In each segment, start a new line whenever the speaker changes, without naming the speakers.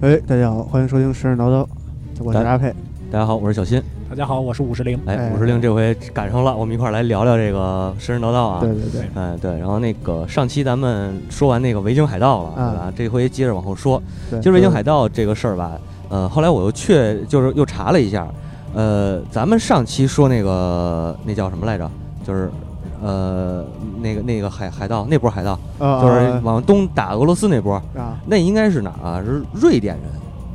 哎，大家好，欢迎收听《时事叨叨》，我是
大
阿佩。
大家好，我是小新。
大家好，我是五十铃。
哎，
哎
五十铃这回赶上了，我们一块儿来聊聊这个神神叨叨啊。
对，对对，
哎对，然后那个上期咱们说完那个维京海盗了，
啊
对吧？这回接着往后说，
对
其实维京海盗这个事儿吧，呃，后来我又确就是又查了一下，呃，咱们上期说那个那叫什么来着？就是呃那个那个海海盗那波海盗，
呃
就是往东打俄罗斯那波，
啊，
那应该是哪儿啊？是瑞典人。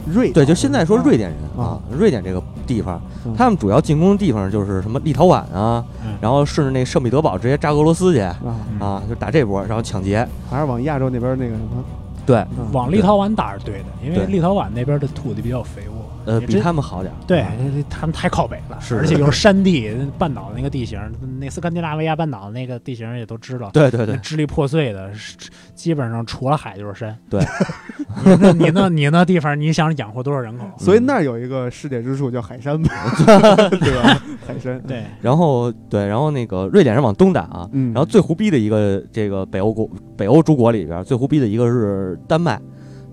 瑞
对，就现在说瑞典人
啊
啊，瑞典这个地方
嗯，
他们主要进攻的地方就是什么立陶宛啊
嗯，
然后顺着那圣彼得堡直接炸俄罗斯去啊，
啊，
嗯，
就打这波，然后抢劫。
还是往亚洲那边那个什么，
对，
嗯
往立陶宛打是对的，因
对
为立陶宛那边的土地比较肥沃，
呃，
也
比
真
他们好点儿。
对他们太靠北了，
是
而且又是山地，半岛那个地形，那斯堪的纳维亚半岛那个地形也都知道，
对对
那
对
支离破碎的，是基本上除了海就是山。
对
你那你那你那地方，你想养活多少人口？
所
嗯
以那儿有一个世界之处叫海参嘛， 对吧？海参，
对，
然后对，然后那个瑞典人往东打啊，
嗯
然后最胡逼的一个这个北欧国北欧诸国里边儿最胡逼的一个是丹麦，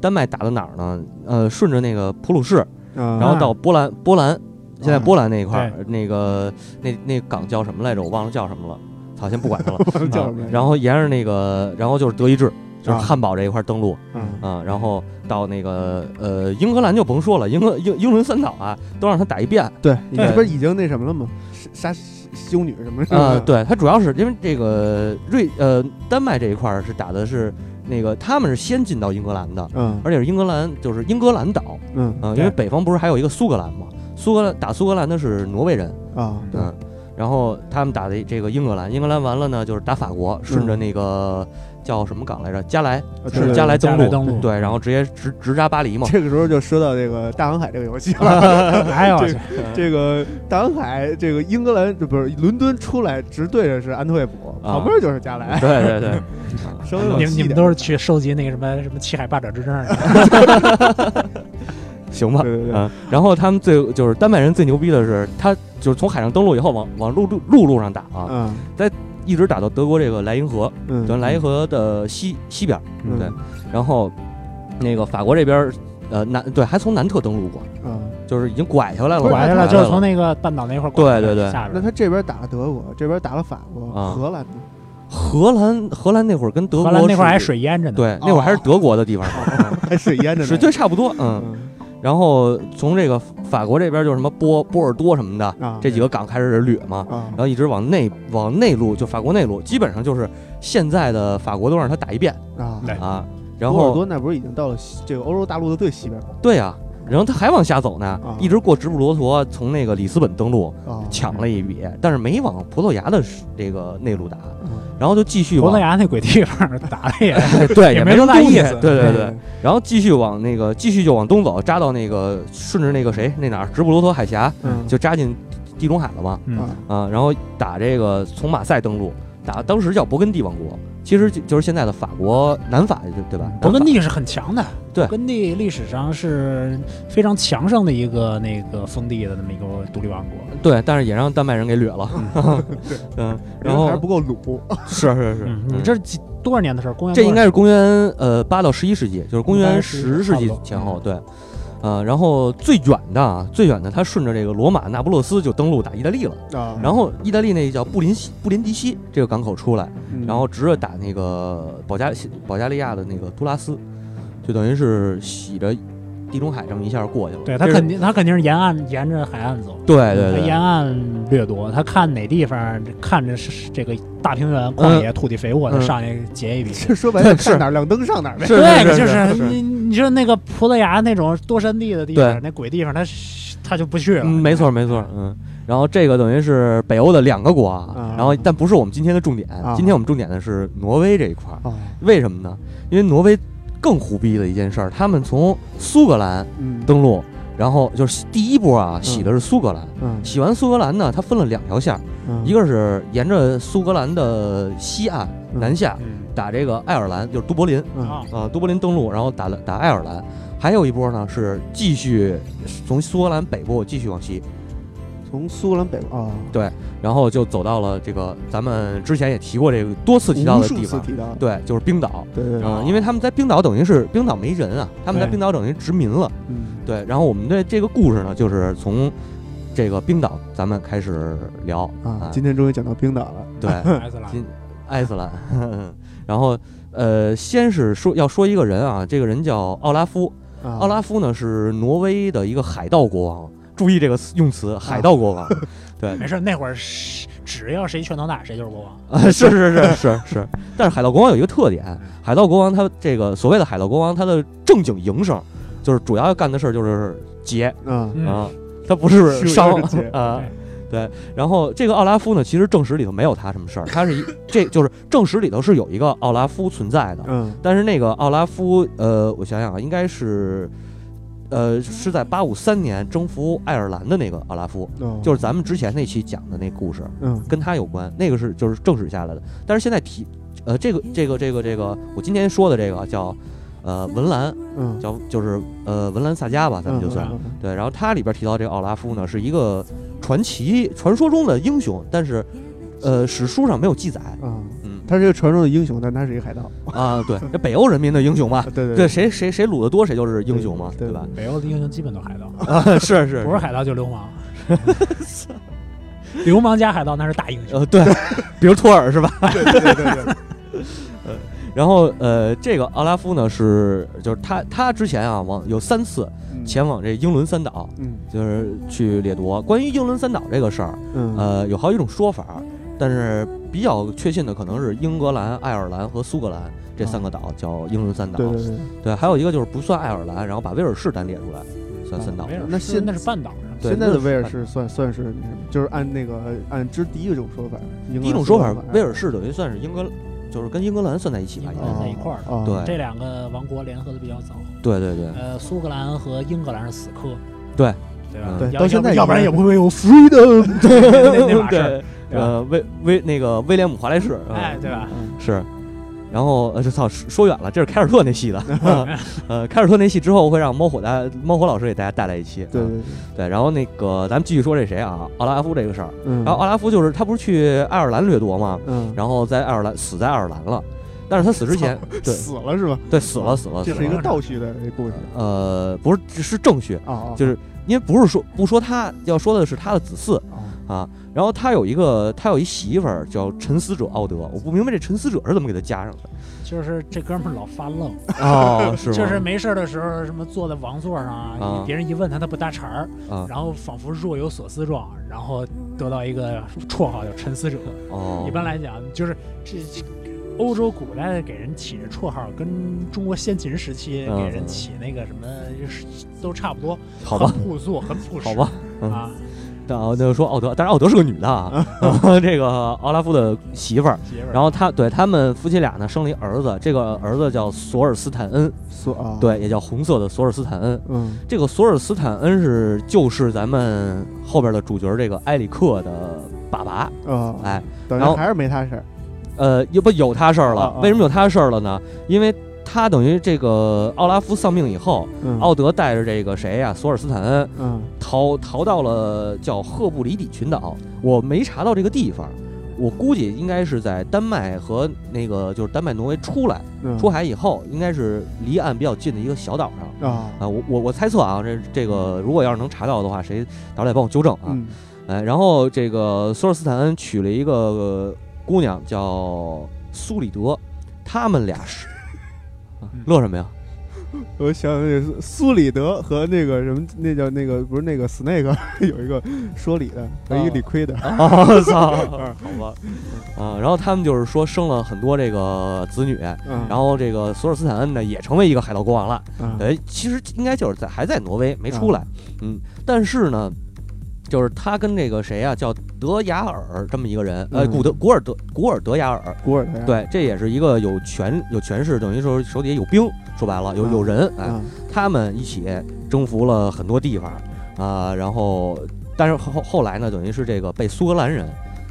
丹麦打到哪儿呢？呃，顺着那个普鲁士，
嗯
啊
然后到波兰，波兰，现在波兰那一块
嗯
儿，那个那那港叫什么来着？我忘了叫什么了，好，先不管它了。
忘了叫什
啊
么来着
然后沿着那个，然后就是德意志，就是
啊
汉堡这一块登陆
嗯
啊，然后到那个呃英格兰就甭说了，英格英英伦三岛啊，都让他打一遍
对，你
对
这不是已经那什么了吗？杀杀修女什么
啊。
的，
对，他主要是因为这个瑞呃丹麦这一块儿是打的是那个他们是先进到英格兰的，
嗯
而且是英格兰就是英格兰岛
嗯
啊，因为
对
北方不是还有一个苏格兰嘛，苏格兰打苏格兰的是挪威人。
啊，对，
嗯，然后他们打的这个英格兰，英格兰完了呢，就是打法国，顺
嗯
着那个叫什么港来着，加莱，
啊对
是
对
加
对
莱登陆，
登陆
对，然后直接直直扎巴 黎嘛，
这个时候就说到这个大航海这个游戏了。
哎呦我
这
去，
这个大航海，这个英格兰这不是伦敦出来直对着是安特卫普，
啊
旁边就是加莱。
对对对，
稍微往
你们
西
你们
点
都是去收集那个什么什么七海霸者之证 的？
行吧，
对对对
嗯，然后他们最就是丹麦人最牛逼的是，他就是从海上登陆以后往往陆路陆路上打啊，
嗯
一直打到德国这个莱茵河，
嗯，
等莱茵河的西西边儿，
嗯
对，然后那个法国这边儿，呃南对还从南特登陆过，
嗯，
就是已经拐下来了，
拐
来
下来就是从
了
那个半岛那块儿
对
拐下来
对对
下边
那
儿。
他这边打了德国，这边打了法国、
啊
荷兰呢，
荷兰荷兰那会儿跟德
荷
国
兰那块儿
是
还水淹着呢。
对，那会儿还是德国的地方，
哦还水淹着呢。
水对差不多，嗯。
嗯
然后从这个法国这边就是什么波波尔多什么的，
啊，
这几个港开始掠嘛，
啊
然后一直往内往内陆，就法国内陆，基本上就是现在的法国都让他打一遍
啊，
对
啊。然
波尔
后
多那不是已经到了西这个欧洲大陆的最西边了
对啊，然后他还往下走呢
啊，
一直过直布罗陀，从那个里斯本登陆
啊？
抢了一笔，
嗯
但是没往葡萄牙的这个内陆打，
嗯
然后就继续
葡萄
往
牙那鬼地方打的 也
对
也
也
没
没
多大
东西
意思嗯
对对
嗯
对。，然后继续往那个继续就往东走，扎到那个顺着那个谁那哪儿直布罗陀海峡，
嗯，
就扎进地中海了嘛
嗯
啊
啊，然后打这个从马赛登陆，打当时叫勃艮第王国，其实就就是现在的法国南法对对吧？
勃艮
南
第是很强的，
对
勃艮第历史上是非常强盛的一个那个封地的那么一个独立王国。
法对，但是也让丹麦人给掠了， 嗯，然
还
后
是不够鲁啊
是是是，
嗯，你这是几多少年的事儿？公元
这应该
是
是公元呃八到十一世纪，就是公元十世纪
差不多
前后，对，呃，然后最远的啊，最远的，他顺着这个罗马那不勒斯就登陆打意大利了，
啊。
然后意大利那叫布林西布林迪西这个港口出来，
嗯
然后直着打那个保加保加利亚的那个都拉斯，就等于是洗着地中海这么一下过去了。
对他
这是
肯定他肯定是沿岸沿着海岸走，
对对
他
对
沿岸掠夺，他看哪地方看着是这个大平原旷野土地肥沃，他
嗯
上去劫一笔。
这说白了，
是
看哪儿亮灯上哪儿呗。
是
对，就是你，你说那个葡萄牙那种多山地的地
对
方，那鬼地方，他他就不去了。
嗯，没错没错，嗯。然后这个等于是北欧的两个国啊
啊，
然后但不是我们今天的重点
啊，
今天我们重点的是挪威这一块儿。
啊，
为什么呢？因为挪威更胡逼的一件事儿，他们从苏格兰
嗯
登陆，然后就是第一波啊，洗的是苏格兰。
嗯
洗完苏格兰呢，它分了两条线儿，
嗯，
一个是沿着苏格兰的西岸
嗯
南下
嗯
打这个爱尔兰，就是都柏林
嗯
啊，
啊，都柏林登陆，然后打了打爱尔兰。还有一波呢是继续从苏格兰北部继续往西，
从苏格兰北部啊，
然后就走到了这个咱们之前也提过这个多次提到
无
的
数
地
次
方，
提哦到，
对，就是冰岛。
对对对，
嗯，因为他们在冰岛等于是冰岛没人啊，他们在
对
冰岛等于殖民了。
嗯，
对，然后我们对这个故事呢，就是从这个冰岛咱们开始聊
啊，今天终于讲到冰岛了，
对，
来自了
今爱斯兰， 然后呃，先是说要说一个人啊，这个人叫奥拉夫，
啊
奥拉夫呢是挪威的一个海盗国王，注意这个用词，海盗国王，对，
没事，那会儿是只要谁拳头大，谁就是国王。
啊， 是是是是是，但是海盗国王有一个特点，海盗国王他这个所谓的海盗国王，他的正经营生就是主要要干的事儿就是劫
啊，
嗯
啊，他不是
是
商
是 劫
啊。对，然后这个奥拉夫呢，其实正史里头没有他什么事儿，他是一这就是正史里头是有一个奥拉夫存在的，
嗯
但是那个奥拉夫，呃，我想想啊，应该是，呃，是在八五三年征服爱尔兰的那个奥拉夫，
哦，
就是咱们之前那期讲的那故事，
嗯
跟他有关，那个是就是正史下来的。但是现在提，呃，这个这个这个这个，我今天说的这个叫，呃，文兰，
嗯，
叫就是呃文兰萨迦吧，咱们就算。
嗯嗯嗯
对，然后它里边提到这个奥拉夫呢，是一个传奇传说中的英雄，但是，呃，史书上没有记载。
嗯
嗯
他是一个传说中的英雄，但他是一个 海盗，
啊，对，这北欧人民的英雄嘛
啊，对对
对，谁谁谁撸得多，谁就是英雄嘛，
对
对吧？
北欧的英雄基本都海盗，
啊，是是
不是海盗就是流氓。 流氓加海盗那是大英雄。
呃，对，比如托尔是吧？
对对对对对，
然后呃，这个奥拉夫呢是就是他他之前啊往有三次
嗯
前往这英伦三岛，
嗯
就是去掠夺。关于英伦三岛这个事儿，
嗯
呃，有好几种说法，但是比较确信的可能是英格兰、爱尔兰和苏格兰这三个岛叫英伦三
啊
岛。
对对对，
对还有一个就是不算爱尔兰，然后把威尔士单列出来算三岛
没。事，
那
是
现
那是半岛上。
对
现在的
那是
威尔士算算是那什么，就是按那个按之第一种说法，英格兰
第一种说法
苏格，兰
威尔士等于算是英格，就是跟英格兰算在一起吧，应
英格
该
兰
是
在一块儿的
啊啊
对
这两个王国联合的比较早，
对对对，
呃，苏格兰和英格兰是死磕，
对
对吧
嗯？
对
要
到现在
要不然
也
也
不
不会 有
freedom，
那那码事儿，
对，呃，威威那个威廉姆华莱士，嗯
哎，对吧？
是。然后呃，这操说说远了，这是凯尔特那戏的，呃，凯尔特那戏之后会让猫火大猫火老师给大家带来一期，
对对
嗯
对，
对，然后那个咱们继续说这谁啊，奥拉夫这个事儿。
嗯，
然后奥拉夫就是他不是去爱尔兰掠夺吗？
嗯，
然后在爱尔兰死在爱尔兰了，但是他死之 前，对
死了是吧？
对死了死了死
这是一
了，
个倒叙的这故事
呃，不是这是正序，
啊，
就是因为不是说不说他要说的是他的子嗣
啊
啊，然后他有一个他有一媳妇儿叫沉思者奥德，我不明白这沉思者是怎么给他加 上的
就是这哥们儿老发愣，
哦，是吗？
就是没事儿的时候，什么坐在王座上啊
啊，
别人一问他，他不搭茬儿，
啊
然后仿佛若有所思状，然后得到一个绰号叫沉思者。
哦
一，般来讲，就是这这欧洲古代给人起这绰号，跟中国先秦时期
嗯
给人起那个什么就是都差不多，
好吧
很朴素，很朴实，
好吧，嗯
啊，
然后就说奥德，但是奥德是个女的 啊，这个奥拉夫的媳妇儿。
媳妇儿。
然后他对他们夫妻俩呢生了一儿子，这个儿子叫索尔斯坦恩，
所啊，，
对，也叫红色的索尔斯坦恩。
嗯
这个索尔斯坦恩是就是咱们后边的主角这个埃里克的爸爸，
啊，
哎，
等
然后
于还是没他事儿，
呃，有不有他事儿
啊
了？
啊
为什么有他事儿了呢？因为他等于这个奥拉夫丧命以后，
嗯
奥德带着这个谁呀、索尔斯坦恩
嗯
逃逃到了叫赫布里底群岛，我没查到这个地方。我估计应该是在丹麦和那个就是丹麦挪威出来，
嗯
出海以后，应该是离岸比较近的一个小岛上
啊，
啊。我我我猜测啊，这这个如果要是能查到的话，谁到时候再帮我纠正啊。
嗯
哎，然后这个索尔斯坦恩娶了一个、呃姑娘叫苏里德，他们俩是、啊
嗯
乐什 么呀？
我想起那个苏里德和那个什么，那叫那个不是那个 Snake 有一个说理的和一个理亏的，
啊我 操、嗯好吧，啊，然后他们就是说生了很多这个子女，
嗯，
然后这个索尔斯坦恩呢也成为一个海盗国王了。
嗯
哎，其实应该就是在还在挪威没出来，嗯，但是呢，就是他跟那个谁啊，叫德雅尔这么一个人，呃，
嗯
古德古尔德古尔德雅尔，
古尔的呀，
对，这也是一个有权有权势，等于说手底下有兵，说白了有
嗯
有人，哎，
嗯，
他们一起征服了很多地方啊、然后但是后后来呢，等于是这个被苏格兰人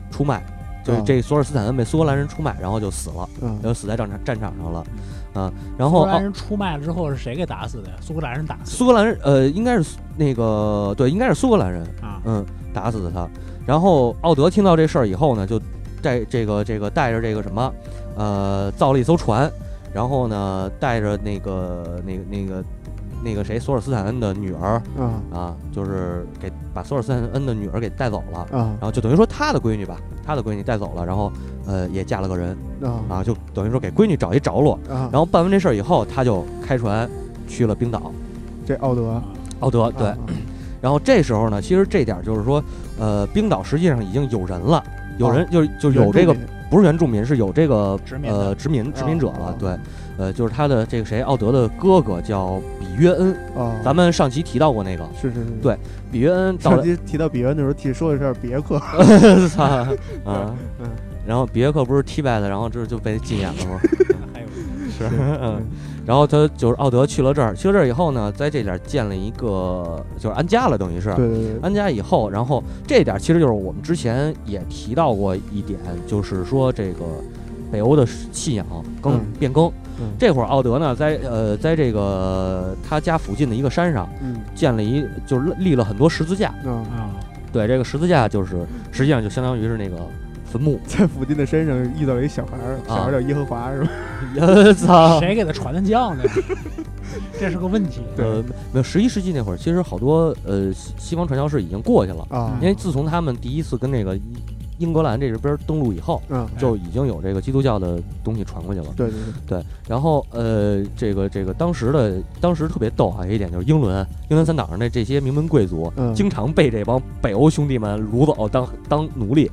出卖，就是
啊
这索尔斯坦恩被苏格兰人出卖，然后就死了，
嗯
然后死在战场战场上了，啊，然
苏
后
格
奥
兰人出卖了之后是谁给打死的呀？苏格兰人打死
苏格兰人呃应该是苏那个对，应该是苏格兰人，
的啊，
嗯，打死的他。然后奥德听到这事儿以后呢，就带这个这个带着这个什么，呃，造了一艘船，然后呢带着那个那个那个那个谁索尔斯坦恩的女儿
啊
啊，就是给把索尔斯坦恩的女儿给带走了。
啊
然后就等于说他的闺女吧，他的闺女带走了，然后呃也嫁了个人
啊
啊，就等于说给闺女找一着落。
啊！
然后办完这事儿以后，他就开船去了冰岛，
这奥德
奥德对。
啊
然后这时候呢，其实这点儿就是说，呃，冰岛实际上已经有人了，有人就就有这个不是原住民，是有这个
殖民
呃
的
殖民殖民者了
啊，
对，呃，就是他的这个谁奥德的哥哥叫比约恩，
啊，
咱们上期提到过那个
是是是，
对比约恩到
上
了，
期提到比恩的时候，提说一下别克，
操啊
嗯，
然后比约克不是踢败的，然后这就被禁演了吗？
啊还有
是， 嗯，然后他就是奥德去了这儿，去了这儿以后呢，在这点儿建了一个就是安家了，等于是，
对对对，
安家以后，然后这一点其实就是我们之前也提到过一点，就是说这个北欧的信仰更
嗯
变更。
嗯
这会儿奥德呢，在呃，在这个他家附近的一个山上
嗯
建了一，就是立了很多十字架。
啊，
啊，
对，这个十字架就是实际上就相当于是那个坟墓。
在附近的山上遇到了一小孩儿，
啊
小孩儿叫耶和华是吧？
我操！
谁给他传的教呢？ 这是个问题。
对
呃，没有，十一世纪那会儿，其实好多呃西西方传教士已经过去了，
啊
呃因为自从他们第一次跟那个英英格兰这边登陆以后，
嗯，
就已经有这个基督教的东西传过去了。
对对对，
然后呃，这个这个当时的当时特别逗啊，有一点就是英伦英伦三岛上的这些名门贵族，
嗯
经常被这帮北欧兄弟们掳走当当 奴隶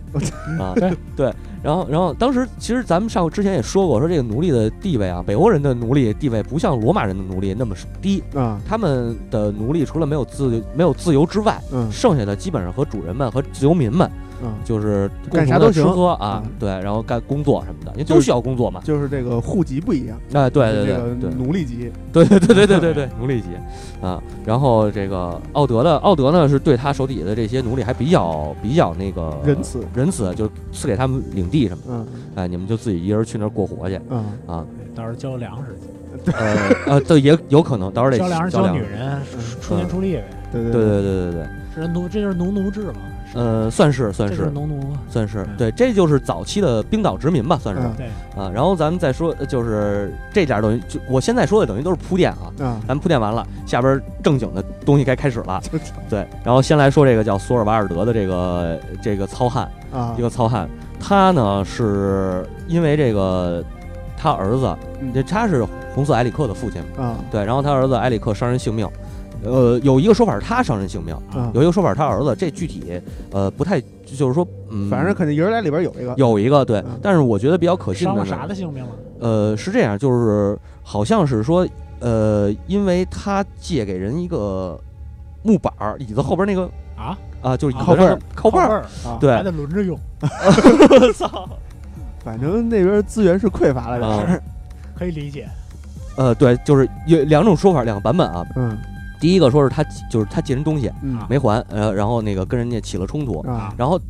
啊
对，
对。然后然后当时其实咱们上之前也说过，说这个奴隶的地位啊，北欧人的奴隶地位不像罗马人的奴隶那么低，
啊
他们的奴隶除了没有自没有自由之外。
嗯
剩下的基本上和主人们和自由民们
嗯，
就是
干
共
啥
同
都
的吃
行
喝啊
嗯，
对，然后干工作什么的，因为
就
都
是
需要工作嘛。
就是这个户籍不一样，
哎，对对
这
对
个
对，
奴隶级，
对对对对对对对，奴隶级啊。然后这个奥德的奥德呢，是对他手底下的这些奴隶还比较比较那个
仁慈
仁慈，就是赐给他们领地什么的。
嗯
哎，你们就自己一人去那儿过活去。
嗯
到时候交粮食去，
呃呃，对，也有可能，到时候得
交粮食
交
交
粮
女。人，出出
嗯
钱出力呗。
对对
对对对对对，
这是奴，这就是农奴制嘛。是吧，
呃，算是算
这就是
是
农奴嘛。
算是
嗯
对，这就是早期的冰岛殖民吧，算是
嗯
对，
啊。然后咱们再说，呃就是这点儿等于就我现在说的等于都是铺垫啊。
啊
咱们铺垫完了，下边儿正经的东西该开始了。
就
对，然后先来说这个叫索尔瓦尔德的这个这个糙汉，
啊
一个糙汉，他呢是因为这个他儿子
嗯，
这他是红色埃里克的父亲，
啊
对，然后他儿子埃里克伤人性命，呃，有一个说法是他伤人性命，
啊，
有一个说法是他儿子，这具体呃不太就是说，嗯，
反正肯定《人来》里边有一个
有一个对
嗯，
但是我觉得比较可信
伤
的
了
呢
啥，的性命了？
呃，是这样，就是好像是说，呃，因为他借给人一个木板儿，椅子后边那个。
啊，
啊，就是
靠
背儿，
靠背儿，
儿，
啊，
还
对，
得轮着用，
操，
反正那边资源是匮乏了点儿，
可以理解。
呃，对，就是有两种说法，两个版本啊。
嗯
第一个说是他就是他借人东
啊
西
嗯
没还，呃，然后那个跟人家起了冲突，
啊
然后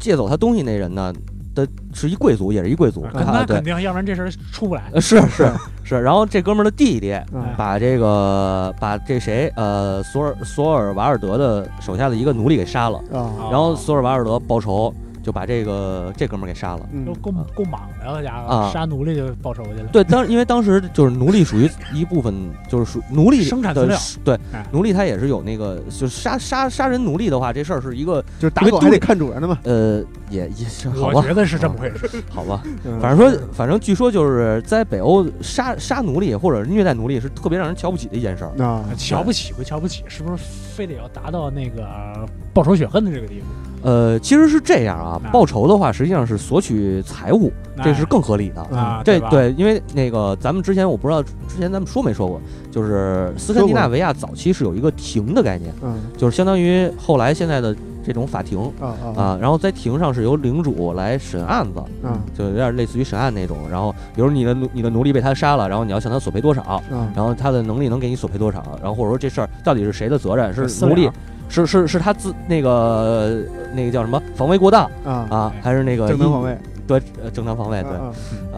借走他东西那人呢，他是一贵族，也是一贵族，
啊
他
那
对
肯，定，要不然这事儿出不来。
呃是是是，然后这哥们儿的弟弟。
啊
把这个把这谁呃索尔索尔瓦尔德的手下的一个奴隶给杀了，
啊
哦
然后索尔瓦尔德报仇就把这个这哥们儿给杀了。
嗯
都够够莽的，这家伙
啊
杀奴隶就报仇去了。
对，当因为当时就是奴隶属于一部分，就是属奴隶
生产
的
资料
是对
哎，
奴隶他也是有那个，就是杀杀杀人奴隶的话，这事儿是一个
就是打狗还得看主人的嘛，
呃，也也是好吧，
我觉得是这
啊
么回事。
好吧，
嗯
反正说，反正据说就是在北欧杀杀奴隶或者虐待奴隶是特别让人瞧不起的一件事儿。
啊
瞧不起归瞧不起，是不是非得要达到那个呃报仇雪恨的这个地步？
呃，其实是这样啊，
哎
报仇的话实际上是索取财物，这是更合理的。
哎啊，
这
吧？
对，因为那个咱们之前我不知道之前咱们说没说过，就是斯堪的纳维亚早期是有一个庭的概念。
嗯
就是相当于后来现在的这种法庭
啊啊
啊，然后在庭上是由领主来审案子，
啊
就有点类似于审案那种。然后比如你的奴你的奴隶被他杀了，然后你要向他索赔多少，
啊
然后他的能力能给你索赔多少，然后或者说这事儿到底是谁的责任，是
私
奴
了
隶是是是他自那个那个叫什么防卫过当
啊，
啊，
哎
还是那个
正当防卫，
对呃正当防卫对
啊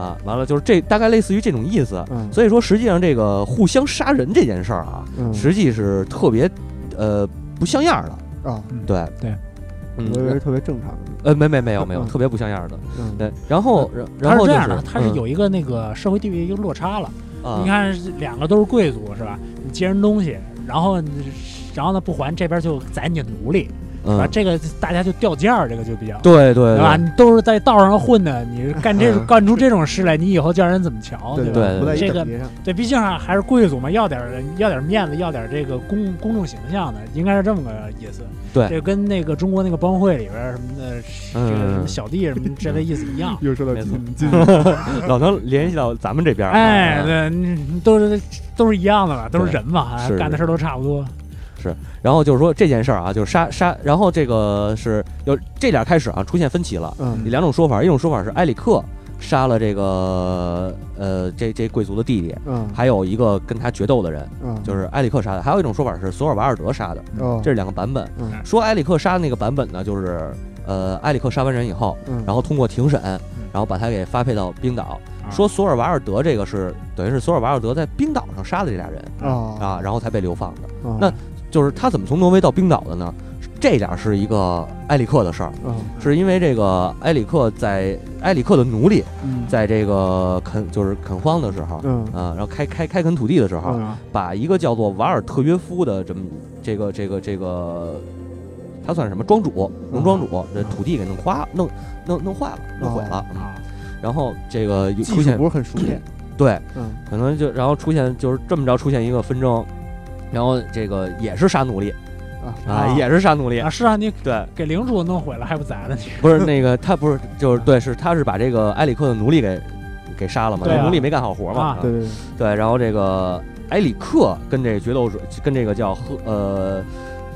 啊，完了就是这大概类似于这种意思。
嗯
所以说，实际上这个互相杀人这件事儿啊，
嗯
实际是特别呃不像样儿的。
啊，
对
对，
嗯
我以为是特别正常的，
呃没没没有没有
嗯
特别不像样儿的。
嗯，
对，然后然
呃他
然
是
后
这
就
样的，他是
嗯
有一个那个社会地位一个落差了。
啊
你看两个都是贵族是吧？你劫人东西，然后你然后呢不还，这边就宰你奴隶，啊，
嗯
这个大家就掉价儿，这个就比较。
对对
对吧？你都是在道上混的，你干这
嗯
干出这种事来，你以后叫人怎么瞧？
对
吧？
对
不在一
这
等
个
级上，。
对，毕竟啊还是贵族嘛，要点儿要点儿面子，要点儿这个公公众形象的，应该是这么个意思。
对
这跟那个中国那个帮会里边儿什么的，
嗯
这个什么小弟什么这类意思一 样嗯
又说到
没
金
错
金，
老能联系到咱们这边儿。
哎，
啊
对，你都是都是一样的嘛，都是
对
人嘛，啊
是
干的事儿都差不多。
然后就是说这件事儿啊，就是杀杀，然后这个是有这点儿开始啊出现分歧了。
嗯
两种说法，一种说法是埃里克杀了这个呃这这贵族的弟弟，
嗯
还有一个跟他决斗的人，
嗯，
就是埃里克杀的；还有一种说法是索尔瓦尔德杀的，
哦
这，是两个版本。
嗯
说埃里克杀的那个版本呢，就是呃埃里克杀完人以后，
嗯
然后通过庭审，然后把他给发配到冰岛。
啊
说索尔瓦尔德这个是等于是索尔瓦尔德在冰岛上杀的这俩人
啊
啊，然后才被流放的。
啊
那就是他怎么从挪威到冰岛的呢？这点儿是一个埃里克的事儿，
嗯
是因为这个埃里克在埃里克的奴隶
嗯
在这个垦就是垦荒的时候，
嗯
啊，然后开开开垦土地的时候，
嗯
把一个叫做瓦尔特约夫的这么这个这个这个，他算是什么庄主、
嗯
农庄主，这土地给弄花弄弄弄坏了，弄毁了。嗯
啊，
然后这个有出
哦技术
现
不是很熟练，
对，
嗯
可能就然后出现就是这么着出现一个纷争，然后这个也是杀奴隶
啊
啊，
啊
也是杀奴隶
啊，，是啊，你
对。
给领主弄毁了还不宰了你？
不是那个，他不是就是对，是他是把这个埃里克的奴隶给给杀了嘛？
对啊
奴隶没干好活嘛？
啊
嗯对对对，
对然后这个埃里克跟这个决斗者，跟这个叫赫呃，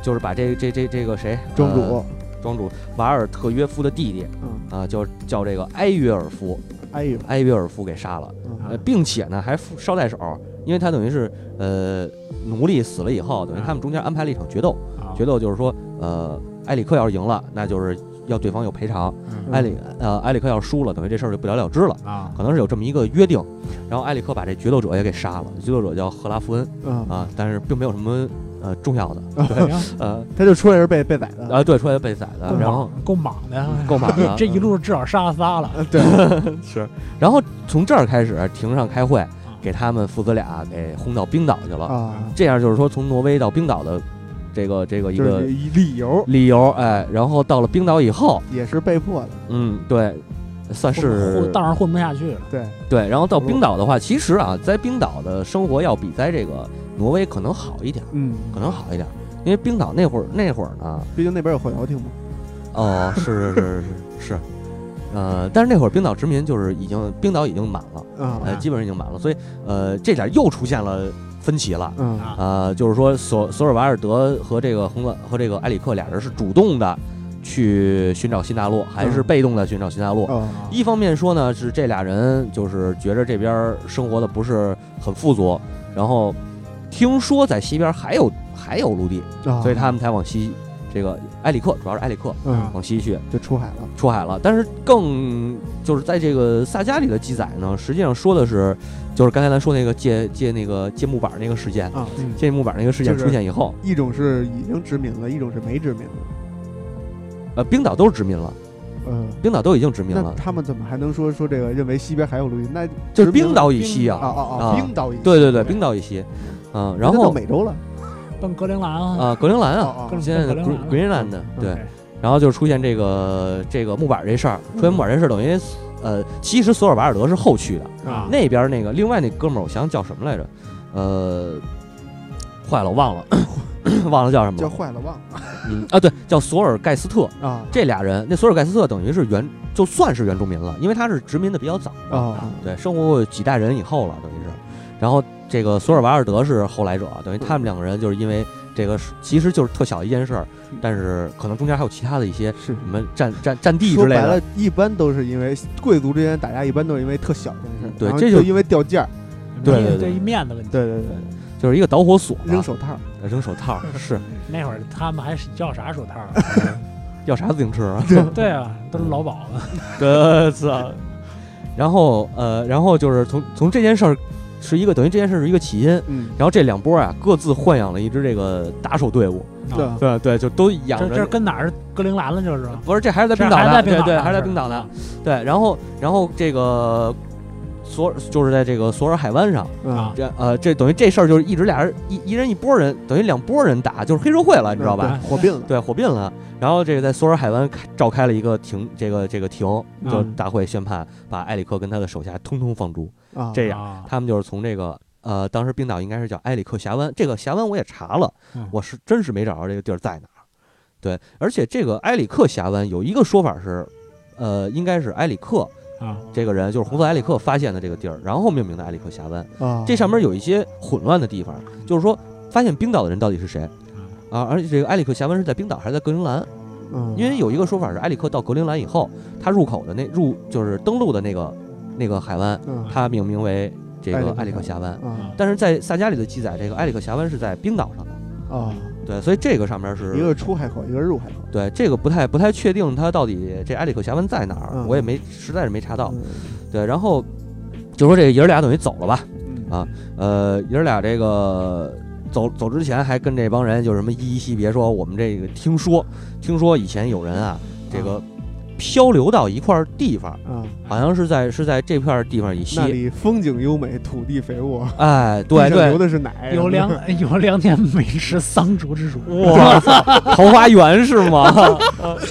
就是把这这这这个谁
庄
呃
主，
庄主瓦尔特约夫的弟弟
嗯，
啊、叫叫这个埃约尔夫
哎呦，
埃约尔夫给杀了，呃，
嗯
并且呢还付捎带手，因为他等于是呃奴隶死了以后，等于
嗯
他们中间安排了一场决斗，
啊
决斗就是说呃埃里克要是赢了，那就是要对方有赔偿。
嗯
埃里呃埃里克要是输了，等于这事儿就不了了之了，
啊
可能是有这么一个约定。然后埃里克把这决斗者也给杀了，决斗者叫赫拉福恩
嗯，
啊，但是并没有什么呃重要的，
行
呃
他就出来是被被宰的，
啊对，出来被宰的，然后
够莽的，啊
够满的
这一路至少杀了仨了。
啊对，
嗯是，然后从这儿开始庭上开会，给他们父子俩给轰到冰岛去了。
啊，
这样就是说从挪威到冰岛的这个这个一
就
个
是理由
理由，哎，然后到了冰岛以后，
也是被迫的，
嗯，对，算是
混道上混不下去了。
对，
对，然后到
走路
冰岛的话，其实啊，在冰岛的生活要比在这个挪威可能好一点，
嗯，
可能好一点，因为冰岛那会儿那会儿呢，
毕竟那边有火药厅嘛，
哦，是是是是是，呃，但是那会儿冰岛殖民就是已经冰岛已经满了，呃，
啊，
基本上已经满了，所以呃，这点又出现了分歧了。
嗯
啊
呃，就是说索索尔瓦尔德和这个红了和这个埃里克俩人是主动的去寻找新大陆，还是
嗯
被动的寻找新大陆？
哦，
一方面说呢，是这俩人就是觉着这边儿生活的不是很富足，然后听说在西边还有还有陆地，
啊
所以他们才往西。这个埃里克主要是埃里克
嗯
往西去
就出海了，
出海了，但是更就是在这个萨迦里的记载呢，实际上说的是，就是刚才咱说那个借借那个借木板那个事件，
啊，嗯
借木板那个事件
就是
出现以后，
一种是已经殖民了，一种是没殖民的，
呃，冰岛都是殖民了，
嗯。
冰岛都已经殖民
那
了，
他们怎么还能说说这个认为西边还有陆地？那
就是
殖民
冰岛以西
啊
啊，
啊
啊
啊！冰岛以西
对对对，冰岛以西，嗯，然
那到
后
美洲了
奔格陵兰啊，
啊，格陵兰啊，
啊
格
现在的
格陵兰
Green
啊
Greenland 的
嗯
对，然后就出现这个这个木板这事儿，出现木板这事儿等于呃，其实索尔瓦尔德是后去的，
啊
那边那个另外那哥们儿，我想想叫什么来着，呃，坏了，我忘了， 忘了叫什么
叫
了，
坏了忘
嗯啊，对，叫索尔盖斯特，
了啊
这俩人，那索尔盖斯特等于是原就算是原住民了，因为他是殖民的比较早嘛，
啊
对，生活过几代人以后了，等于是。然后这个索尔瓦尔德是后来者，等于他们两个人就是因为这个是，其实就是特小一件事儿，
嗯
但是可能中间还有其他的一些
是
什么占占占地之
说
类
白了
的。，
一般都是因为贵族之间打架，一般都是因为特小这件事儿，
对
然后
这就
就因为掉价儿，
对对
那
对
一面子问题。
对对对，
就是一个导火索吧，
扔手套，
呃扔手 套是
那会儿他们还是要啥手 套啊？
要啥自行车 啊？
对啊，都是劳保
这
的。
操！然后呃，然后就是从从这件事儿是一个等于这件事儿是一个起因，
嗯，
然后这两波啊各自豢养了一支这个打手队伍，
对啊，
对对，就都养
这
着
这跟哪儿哥陵兰了？就是啊
不是，这还是在
这
冰岛
还
呢，
在冰岛
对对，
呢嗯
还是在
是啊
冰岛呢。对，然后然后这个索尔就是在这个索尔海湾上，
嗯
啊，
这呃这等于这事儿就是一直俩人一一人一波人，等于两波人打，就是黑社会了，你知道
嗯
吧？
对火并了，
对，火并了。然后这个在索尔海湾开召开了一个庭，这个这个庭就
嗯
大会宣判，把埃里克跟他的手下通通放逐。
啊，
这样，
啊，
他们就是从这个。呃，当时冰岛应该是叫埃里克峡湾，这个峡湾我也查了，
嗯
我是真是没找着这个地儿在哪儿。对，而且这个埃里克峡湾有一个说法是，呃，应该是埃里克
啊，
这个人，就是红色埃里克发现的这个地儿，然后命名的埃里克峡湾。
啊，
这上面有一些混乱的地方，就是说发现冰岛的人到底是谁啊？而且这个埃里克峡湾是在冰岛还是在格陵兰？
嗯
因为有一个说法是，埃里克到格陵兰以后，他入口的那入就是登陆的那个那个海湾，
嗯
他命名为这
埃里
个
克
埃里克峡湾。
啊
但是在萨迦里的记载，这个埃里克峡湾是在冰岛上的，
啊，
对，所以这个上面
一个
是
是出海口，一个是入海口，
对这个不太不太确定它到底这埃里克峡湾在哪儿，
嗯
我也没实在是没查到。
嗯
对，然后就说这爷儿俩等于走了吧，
嗯
啊呃，爷儿俩这个走走之前还跟这帮人就什么依依惜别说，我们这个听说听说以前有人啊，这个
嗯
漂流到一块儿地方，
啊，
好像是在是在这块儿地方以
那
西，
里风景优美，土地肥沃，
哎，
地
对
上流
对，
的是奶，
啊有两有两天没吃桑竹之fruit，
哇塞，桃花源是吗？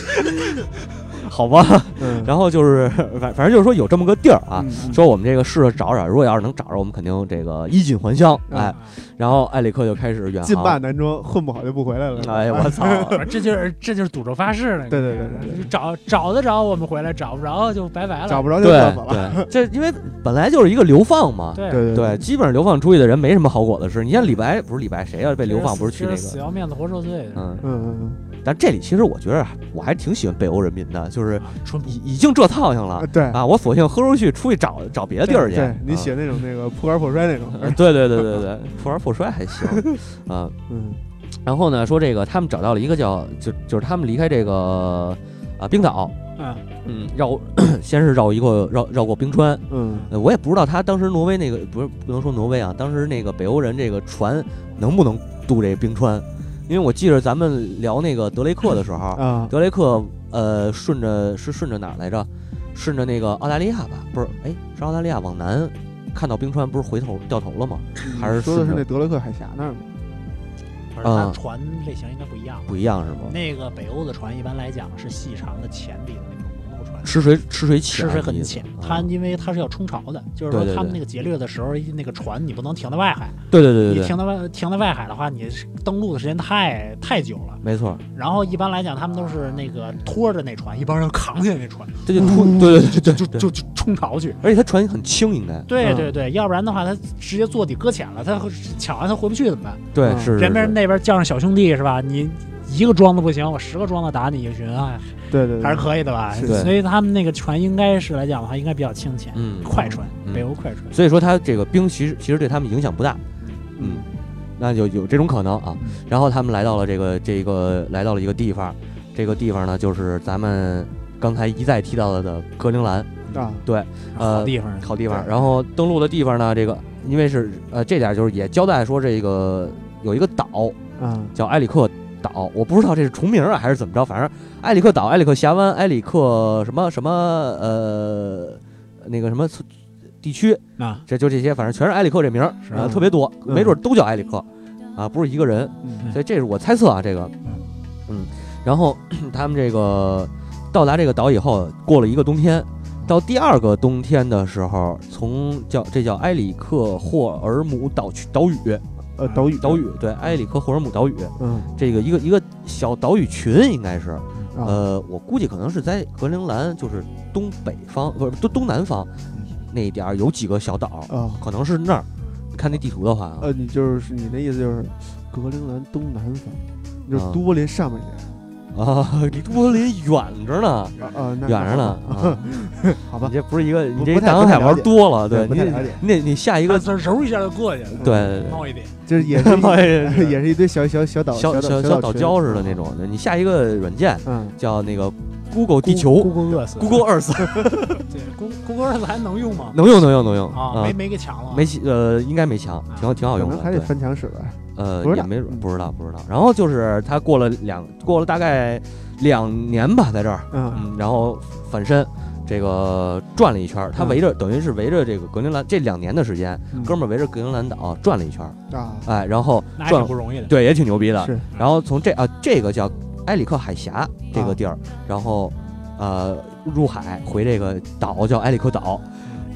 好吧，
嗯，
然后就是反反正就是说有这么个地儿啊。
嗯，
说我们这个试着找找，如果要是能找着，我们肯定这个衣锦还乡。
嗯
啊
哎，然后埃里克就开始远
进霸
航。
男装，混不好就不回来了，
啊哎呀，我操！
啊这就是这就是赌咒发誓了。
对对对对对
找找得着我们回来，找不着就拜拜了。
找不 着就
对
算死了，
对，这因为本来就是一个流放嘛，
对
对
对，基本上流放出去的人没什么好果子吃。你像李白，不是李白，谁啊？被流放不是去那
这死
个？
要面子活受罪的。
嗯，
嗯嗯
但这里其实我觉得啊我还挺喜欢北欧人民的，就是
啊淳朴
已已经这套性
啊
了，
对，
啊，我索性喝出去出去找找别的地儿去。
对你
啊
写那种那个破罐破摔那种，
呃对对对对对，破罐破摔 还行啊。
嗯
然后呢，说这个他们找到了一个叫就就是他们离开这个啊冰岛，
啊，
嗯，绕 先是绕一个绕绕过冰川，
嗯
呃，我也不知道他当时挪威那个不是不能说挪威啊，当时那个北欧人这个船能不能渡这冰川，因为我记着咱们聊那个德雷克的时
嗯
候，
啊
德雷克呃顺着是顺着哪儿来着？顺着那个澳大利亚吧？不是，哎，是澳大利亚往南看到冰川，不是回头掉头了吗？还是
说的是
顺着
那德雷克海峡那儿吗？
反正
啊
它船类型应该不一样。
不一样是吗？
那个北欧的船一般来讲是细长的浅底的那种公路船，
吃水吃水浅，
吃水很
你
浅。它
啊
因为它是要冲潮的，就是
对
说
对
他们
对
那个劫掠的时候，那个船你不能停在外海，
对对对
你
对对，
停在外停在外海的话，你是登陆的时间太太久了。
没错，
然后一般来讲，他们都是那个拖着那船，一帮人扛起来那船，
这就突对对 对对
就
对，
就就冲潮去。
而且它船很轻，应该
对
嗯
对对，要不然的话，他直接坐底搁浅了，他会抢完他回不去怎么办？
对
嗯
是是
人边
是
那边叫上小兄弟是吧？你一个庄子不行，我十个庄子打你一群啊，
对对，对
还是可以的吧？
是
对
所以他们那个船应该是来讲的话，应该比较清浅，
嗯，
快船
嗯，
北欧快船。
所以说它这个冰其实其实对他们影响不大，嗯，那有有这种可能啊。然后他们来到了这个这个来到了一个地方，这个地方呢就是咱们刚才一再提到的格陵兰
啊，
呃
好地方，
好地方。
对
然后登陆的地方呢，这个因为是呃这点就是也交代说这个有一个岛
啊
叫埃里克岛，我不知道这是重名啊还是怎么着，反正埃里克岛、埃里克峡湾、埃里克什么什么呃那个什么地区，
啊，
这就这些，反正全是埃里克这名儿，
是
啊，特别多，
嗯
没准都叫埃里克，啊，不是一个人，
嗯
所以这是我猜测啊，这个，嗯，然后 他们这个到达这个岛以后，过了一个冬天，到第二个冬天的时候，从叫这叫埃里克霍尔姆岛区岛屿
呃岛屿
岛屿，对，埃里克霍尔姆岛屿
嗯
这个一个一个小岛屿群应该是，
啊
呃，我估计可能是在格陵兰就是东北方不是东东南方那一点儿有几个小岛，
啊
可能是那儿。你看那地图的话啊，
呃，你就是你那意思就是格陵兰东南方，就是
啊
都柏林上面一点，
啊，离多林远着呢，
啊啊，那
远着呢，啊，
好吧
你，这不是一个，
不
你这
不太
大洋
不太
海
了
玩
解
多了，对
不
你
太
得
了解，啊
你得你下一
一个
个，
字揉一下就过去了，
对
冒一点，
就是也是
对，冒烟
一 也是一堆小小小岛
小
小岛
小岛
群
礁似的那，种的，你下一个软件
嗯，
叫那个 Google 地
咕
球
咕饿死，
，Google Earth，
对，咕咕咕饿死还能用吗？
能用能用能用
啊，没没给抢了，
没起呃，应该没强，挺好，挺好
可
用
能
的。
还得
对
翻墙使吧，
呃
不，知
也
道
没准
嗯
不知道不知道。然后就是他过了两过了大概两年吧，在这
啊
儿，
嗯
嗯，然后反身这个转了一圈儿，
啊
他
嗯
围着等于是围着这个格陵兰这两年的时间，
嗯
哥们儿围着格陵兰岛转了一圈儿，
啊，
哎，然后
那还
转
挺不容易的。
对也挺牛逼的。
是
然后从这啊这个叫埃里克海峡这
啊
个地儿，然后呃入海回这个岛叫埃里克岛，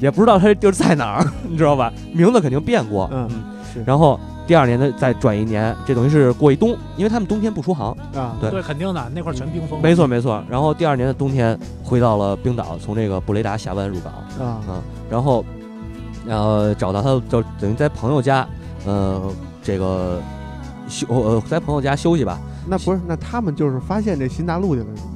也不知道它这地儿在哪儿， 你知道吧？名字肯定变过，
嗯是
然后第二年的再转一年，这等于是过一冬，因为他们冬天不出航。
啊，
对
对，肯定的，那块儿全冰封。
没错没错。然后第二年的冬天回到了冰岛，从这个布雷达峡湾入港，
啊，
啊，然后呃找到他就等于在朋友家，呃这个休呃在朋友家休息吧。
那不是，那他们就是发现这新大陆去了，是吗？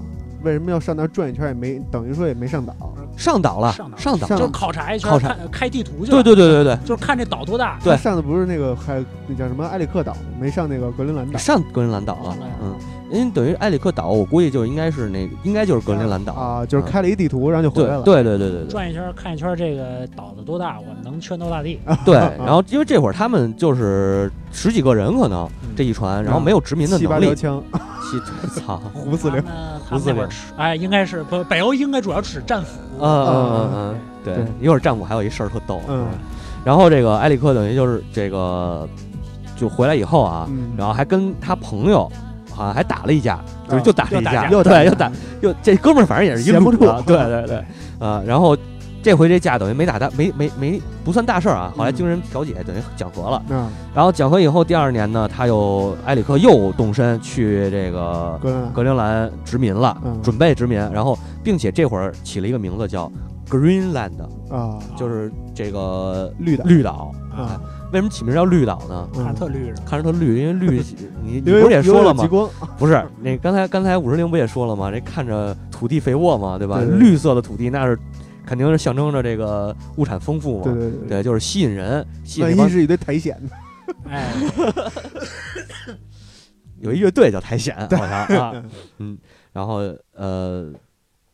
为什么要上那儿转一圈？也没等于说也没上岛，
上岛了，
上岛
上岛
上
就
就
是
考察一
嗯
圈，
考察
看开地图去。
对对对对对，
就是看这岛多大。
对
他上的不是那个还那叫什么埃里克岛，没上那个格陵兰 岛
上格陵兰岛了，嗯，因为等于埃里克岛，我估计就应该是那个，应该就是格陵兰岛。
啊，就是开了一地图，然后就
对
回来了，
对对对对对
转一圈看一圈这个岛子多大，我能圈到大地。
对，然后因为这会儿他们就是十几个人，可能
嗯
这一船，然后没有殖民的
七八
能
条
力，嗯
枪，
七操，
胡四零，
他
胡
们
四
那
零
会儿吃，哎，应该是不北欧应该主要吃战斧。
嗯嗯嗯嗯，对
对，
一会儿战鼓还有一事儿特逗，
嗯
然后这个埃里克等于就是这个就回来以后啊，
嗯，
然后还跟他朋友。好像还打了一架，就是
啊
就打了一
又打
架，
架嗯
又
对，又
又
打又这哥们儿反正也是一
闲不
路子
住
对 对对，啊，然后这回这架等于没打大，没没没不算大事儿啊，后来
嗯
经人调解等于讲和了，
啊，
然后讲和以后，第二年呢，他又埃里克又动身去这个
格陵兰
格陵兰殖民了，
嗯
准备殖民，然后并且这会儿起了一个名字叫 Greenland，
啊，
就是这个
绿岛
绿岛。
啊，
为什么起名叫绿岛呢？
嗯
看着特绿着。
看着它绿，因为绿，你你
因为
不是也说了
有
吗
极？光
不是，那刚才刚才五十铃不也说了吗？这看着土地肥沃嘛，对吧？
对对对
绿色的土地那是肯定是象征着这个物产丰富嘛，
对对对对，
对就是吸引人，吸引
万
这帮
一是一堆苔藓 呢？
哎，
嗯有一乐队叫苔藓，好像 啊，嗯，然后呃，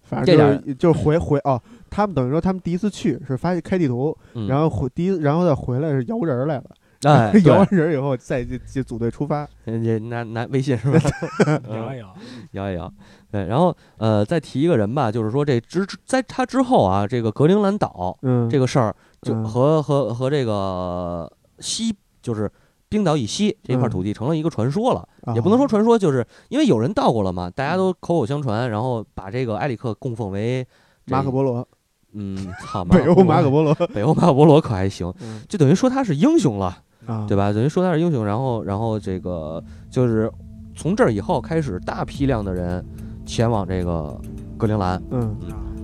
反
这
正
点
就是就是回回哦，他们等于说他们第一次去是发现开地图，
嗯
然后回第一，然后再回来是摇人儿来了，
哎，
摇完
对，
人儿以后再就就组队出发，
你拿拿微信 是吧？
有啊
嗯
有啊，
摇一摇，对，然后呃，再提一个人吧，就是说这之在他之后啊，这个格陵兰岛
嗯，
这个事儿，就
嗯
和和和这个西就是。冰岛以西这块
嗯
土地成了一个传说了，
啊嗯
也不能说传说，就是因为有人到过了嘛，大家都口口相传，然后把这个埃里克供奉为这
马可，波罗，
嗯，操，
北欧 马可波
波
罗，
罗，北欧马可波罗可还行，
嗯
就等于说他是英雄了，
啊，
对吧？等于说他是英雄，然后然后这个就是从这儿以后开始，大批量的人前往这个格陵兰，
嗯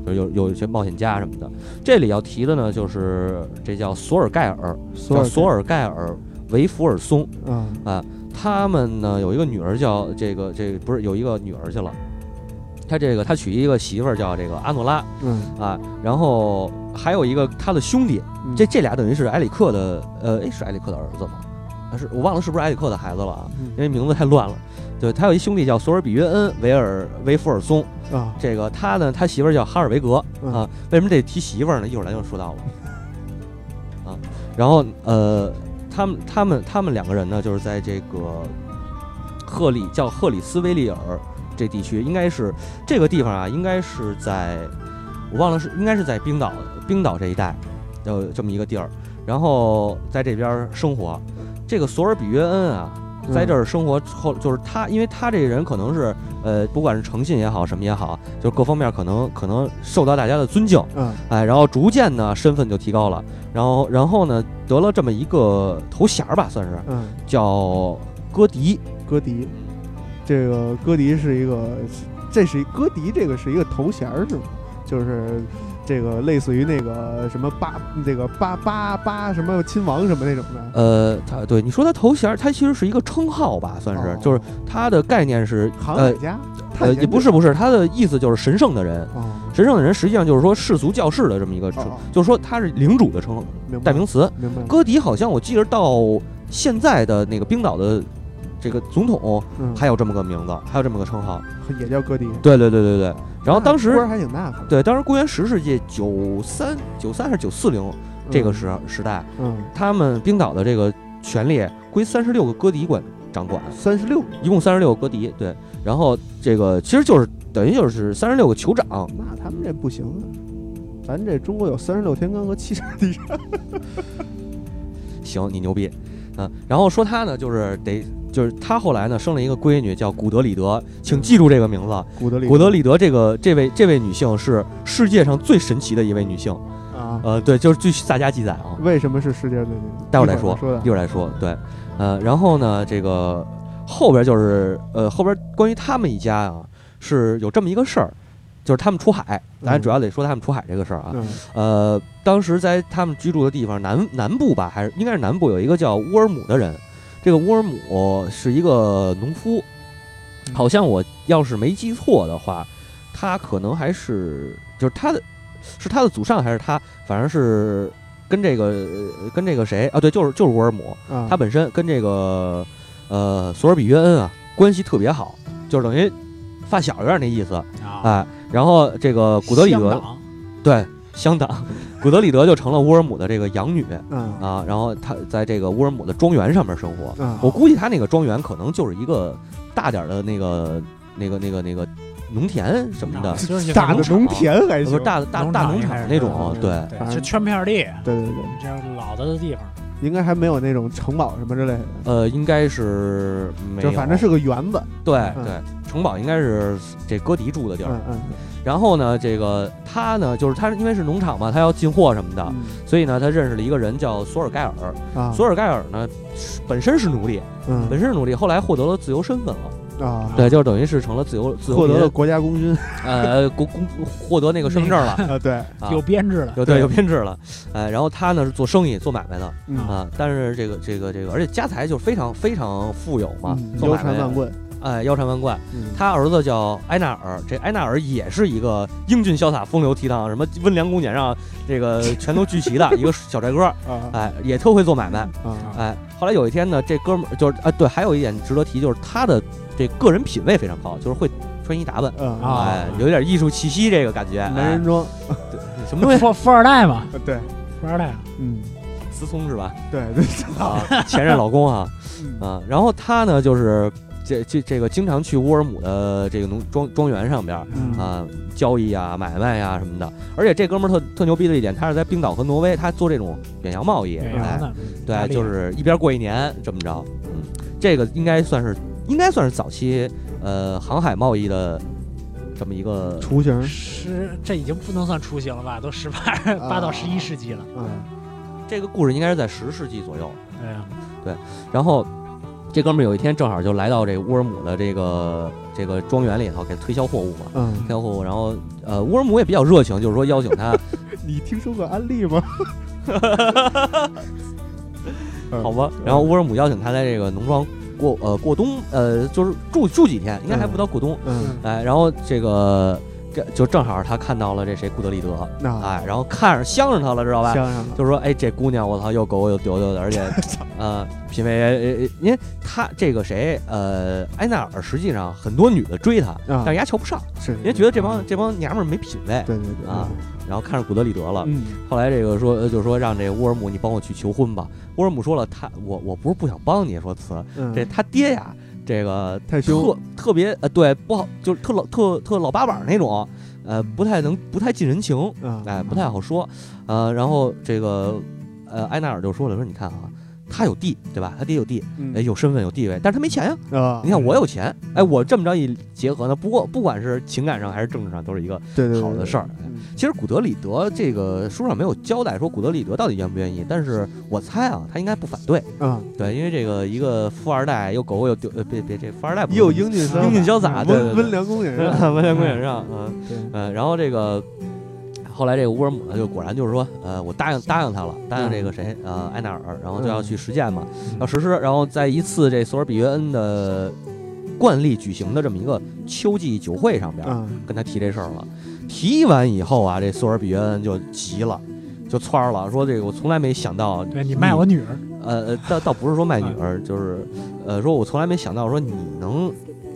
就有有一些冒险家什么的。这里要提的呢，就是这叫索尔盖尔，
索
叫
尔
索尔盖尔维弗尔松，
啊，
他们呢有一个女儿叫这个这个不是有一个女儿去了。他这个，他娶一个媳妇儿叫这个阿诺拉
嗯，
啊，然后还有一个他的兄弟
嗯
这这俩等于是埃里克的，呃，诶，是埃里克的儿子吗？啊，是我忘了是不是埃里克的孩子了啊，
嗯
因为名字太乱了。对他有一兄弟叫索尔比约恩维尔维弗尔松，
啊
这个他呢，他媳妇儿叫哈尔维格
嗯
啊。为什么这提媳妇儿呢？一会儿咱就说到了啊。然后呃，他们他们他们两个人呢，就是在这个赫里叫赫里斯维利尔这地区，应该是这个地方啊，应该是在我忘了是应该是在冰岛冰岛这一带的这么一个地儿，然后在这边儿生活。这个索尔比约恩啊，在这
儿
儿生活后，就是他，因为他这个人可能是，呃，不管是诚信也好，什么也好，就是各方面可能可能受到大家的尊敬，
啊
哎，然后逐渐呢身份就提高了，然后然后呢得了这么一个头衔儿吧，算是
嗯，
叫戈迪，
戈迪，这个戈迪是一个，这是一戈迪，这个是一个头衔儿是吗？就是这个类似于那个什么八，这个八八八什么亲王什么那种的，
呃，他对你说他头衔儿，他其实是一个称号吧，算是，
哦
就是他的概念是，
航
呃
海，家，太
呃，
监
也不是不是，他的意思就是神圣的人。
哦，
神圣的人实际上就是说世俗教士的这么一个称，
哦哦
就是说他是领主的称
明白
代名词。
明白了
哥迪好像我记得到现在的那个冰岛的这个总统
嗯
还有这么个名字，还有这么个称号。
也叫哥迪。
对对对对对。然后当时
官儿还挺大的，
对，当时公元十世纪九三九三还是九四零这个
嗯
时时代，
嗯，
他们冰岛的这个权力归三十六个哥迪管掌管，
三十六，
一共三十六个哥迪。对，然后这个其实就是等于就是三十六个酋长。
那他们这不行啊。咱这中国有三十六天罡和七煞地煞，
行，你牛逼，嗯、然后说他呢，就是得就是他后来呢生了一个闺女叫古德里德，请记住这个名字。
古德里
古德里德这个这位这位女性是世界上最神奇的一位女性，
啊，
呃，对，就是据萨迦记载啊，
为什么是世界最？
待会儿再
一
说，
说的
一会儿再说。对，呃，然后呢，这个后边就是呃，后边关于他们一家啊，是有这么一个事儿，就是他们出海，咱
嗯
主要得说他们出海这个事儿啊。
嗯
呃，当时在他们居住的地方南南部吧，还是应该是南部，有一个叫乌尔姆的人。这个乌尔姆是一个农夫，
嗯
好像我要是没记错的话，他可能还是就是他的是他的祖上还是他，反正是跟这个呃跟这个谁啊？对，就是就是乌尔姆，
啊，
他本身跟这个呃索尔比约恩啊关系特别好，就是等于发小有点那意思
啊，
哎。然后这个古德里
香
德
港
对，乡党，古德里德就成了乌尔姆的这个养女
啊
啊，然后她在这个乌尔姆的庄园上面生活。
啊，
我估计她那个庄园可能就是一个大点儿的那个、那个、那个、那个农田什么的，
啊就是
大的农
场，
田还
呃不
行
是，大大大农
应
场
该是
那种，
嗯
对，
反
对，
正
就圈片地，
对对对，
这样老的地方，
应该还没有那种城堡什么之类的，
呃，应该是没
就
有，
反正是个园子，
对
嗯
对，城堡应该是这哥迪住的地儿。
嗯嗯
然后呢，这个他呢，就是他因为是农场嘛，他要进货什么的，
嗯
所以呢，他认识了一个人叫索尔盖尔。
啊，
索尔盖尔呢，是本身是奴隶。本
嗯
身是奴隶，后来获得了自由身份了。
啊，
对，就是等于是成了自由自由
获得
民
了国家功勋
呃国公获得那个身份证了，
啊，对，
啊
有编制的，
有对有编制了。哎，然后他呢是做生意做买卖的
嗯
啊，但是这个这个这个，而且家财就是非常非常富有嘛
嗯，
做
腰
买
缠万
卖
贯，
哎腰缠万贯。
嗯
他儿子叫埃纳尔，这埃纳尔也是一个英俊潇洒、风流倜傥，什么温良恭俭让，这个全都聚齐的一个小 帅哥。
啊
哎，也特会做买卖。
啊
哎，后来有一天呢，这哥们儿就是啊，对，还有一点值得提，就是他的这个人品味非常高，就是会穿衣打扮，
啊
啊
哎，有点艺术气息这个感觉。
啊，男人装，
哎什么东西？
富富二代嘛，
啊对，
富二代啊，
嗯
思聪是吧？
对 对，
啊，前任老公啊
嗯
啊，然后他呢就是这这这个经常去乌尔姆的这个农庄庄园上边儿
嗯
啊交易啊、买卖啊什么的，而且这哥们儿特特牛逼的一点，他是在冰岛和挪威，他做这种远洋贸易，
远
哎
洋的，
对，就是一边过一年这么着。嗯，这个应该算是应该算是早期呃航海贸易的这么一个
雏形
十，这已经不能算雏形了吧？都十八八到十一世纪了，
啊，
这个故事应该是在十世纪左右。
嗯
对啊呀，
然后这哥们儿有一天正好就来到这乌尔姆的这个这个庄园里头给推销货物嘛。
嗯，
推销货物，然后呃，乌尔姆也比较热情，就是说邀请他，
你听说过安利 吗？嗯
好吧。然后乌尔姆邀请他在这个农庄过呃过冬，呃，就是住住几天，应该还不到过冬。
嗯，
哎，然后这个这就正好他看到了这谁古德里德，
那
哎，然后看着相上他了，知道吧？
啊镶上了，
就说哎，这姑娘我操，又狗又丢丢的，而且呃，品味呃，呃因为她这个谁呃，埃纳尔实际上很多女的追
啊
他，但是人家瞧不上，
是，
人家觉得这帮这帮娘们儿没品位，
对对对
啊，然后看上古德里德了。
嗯
后来这个说，呃就说让这乌尔姆你帮我去求婚吧。乌尔姆说了，他我我不是不想帮你，说辞
嗯，
这他爹呀，这个
太
特
凶，
特别呃，对，不好，就是特老特特老八板儿那种，呃，不太能不太近人情，
啊，
哎，不太好说，呃，然后这个呃，埃纳尔就说了，说你看啊，他有地，对吧？他爹有地，
嗯
哎，有身份有地位，但是他没钱呀、
啊，
你看我有钱，哎，我这么着一结合呢，不过不管是情感上还是政治上，都是一个
对对对
好的事儿。哎
嗯
其实古德里德这个书上没有交代说古德里德到底愿不愿意，但是我猜啊，他应该不反对，
啊，
对，因为这个一个富二代又狗狗又丢，呃，别别这富二代不
又
能
英俊
英
潇
俊
洒，
潇洒，对对
温
对
温良恭 俭让，
温良恭俭 让，嗯
对
嗯，然后这个后来这个乌尔姆呢，就果然就是说，呃，我答应答应他了，答应这个谁，呃，
嗯
埃纳尔，然后就要去实践嘛，要实施，然后在一次这索尔比约恩的惯例举行的这么一个秋季酒会上边，
嗯
啊，
跟他提这事儿了。提完以后啊，这索尔比约恩就急了，就窜儿了，说这个我从来没想到，
对你卖我嗯女儿，
呃，呃倒倒不是说卖女儿，就是呃，说我从来没想到说你能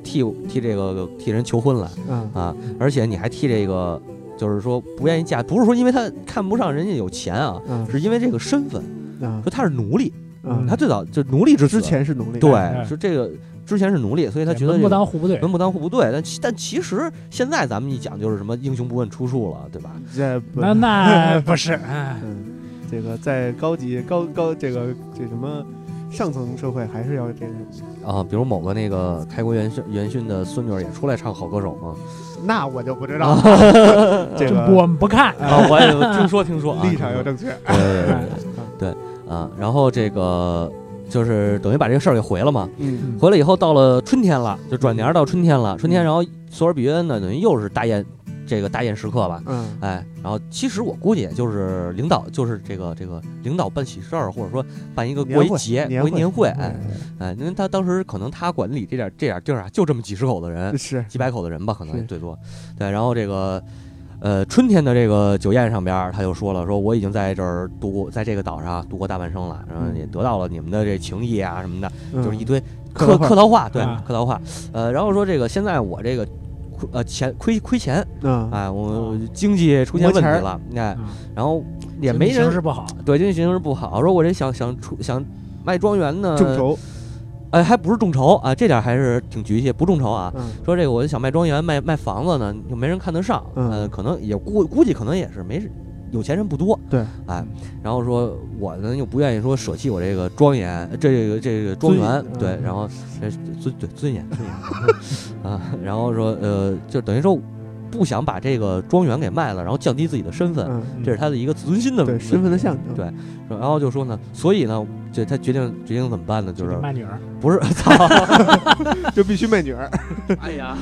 替我替这个替人求婚来
啊，
啊，而且你还替这个就是说不愿意嫁，不是说因为他看不上人家有钱啊，
啊
是因为这个身份，
啊
说他是奴隶，
啊！
他最早就奴隶之子
之前是奴隶，
对，
哎
说这个之前是奴隶，所以他觉
门
得
不
这个
当户不对，
门不当户不对，但其但其实现在咱们一讲就是什么英雄不问出处了，对吧？
这不
那 那不是，哎，
嗯，这个在高级高高这个这什么上层社会还是要这个，
啊，比如某个那个开国元勋元勋的孙女儿也出来唱好歌手嘛，
那我就不知道了，这
这
个
我们不看，
啊， 我也听说听说啊，
立场要
对
正确。
对对对对对啊，然后这个就是等于把这个事儿给回了嘛，
嗯
回来以后到了春天了，就转年儿到春天了，春天然后索尔比约恩呢，等于又是大宴这个大宴时刻吧，
嗯
哎，然后其实我估计也就是领导，就是这个这个领导办喜事儿，或者说办一个过
年
一
会
节、
年
过一
会嗯
年会，哎哎，因为他当时可能他管理这点这点地儿啊，就这么几十口子人，
是
几百口的人吧，可能
是
最多。对，然后这个呃春天的这个酒宴上边儿，他就说了，说我已经在这儿度过，在这个岛上度过大半生了，然后
嗯
也得到了你们的这情谊啊什么的，就是一
嗯
堆
客
客
套话
客套话，对
啊
客套话。呃，然后说这个现在我这个亏呃钱亏亏钱，
嗯
哎，我
啊
经济出现
没
问题
钱儿
了，哎，
啊
然后也没
形
人
势不好，
对经济形势不好，说我这想想出想卖庄园呢，
众筹，
哎，还不是众筹啊，这点还是挺局气，不众筹啊。
嗯
说这个我就想卖庄园、卖卖房子呢，又没人看得上，
嗯
呃，可能也估估计可能也是没有钱人不多，
对，
哎，然后说我呢又不愿意说舍弃我这个庄严，这个这个庄园
尊严，
对
嗯，
然后这尊对尊严尊严 啊，然后说呃，就等于说不想把这个庄园给卖了，然后降低自己的身份，
嗯，
这是他的一个自尊心的
对
问题
身份的象征，
对然后就说呢，所以呢，这他决定决定怎么办呢？就是
就卖女儿，
不是 操，
就必须卖女儿。
哎呀，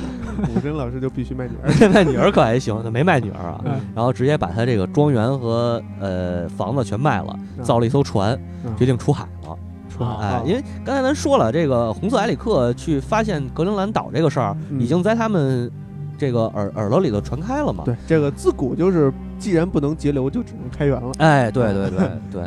武真老师就必须卖女儿。
这卖女儿可还行，那没卖女儿啊。
嗯
然后直接把他这个庄园和呃房子全卖了，
嗯
造了一艘船，
嗯
决定出海了。
说
啊
哎，因为刚才咱说了，这个红色埃里克去发现格陵兰岛这个事儿，
嗯
已经在他们这个耳耳朵里头传开了嘛。
对这个自古就是，既然不能截流，就只能开源了。
哎，对对对
嗯
对。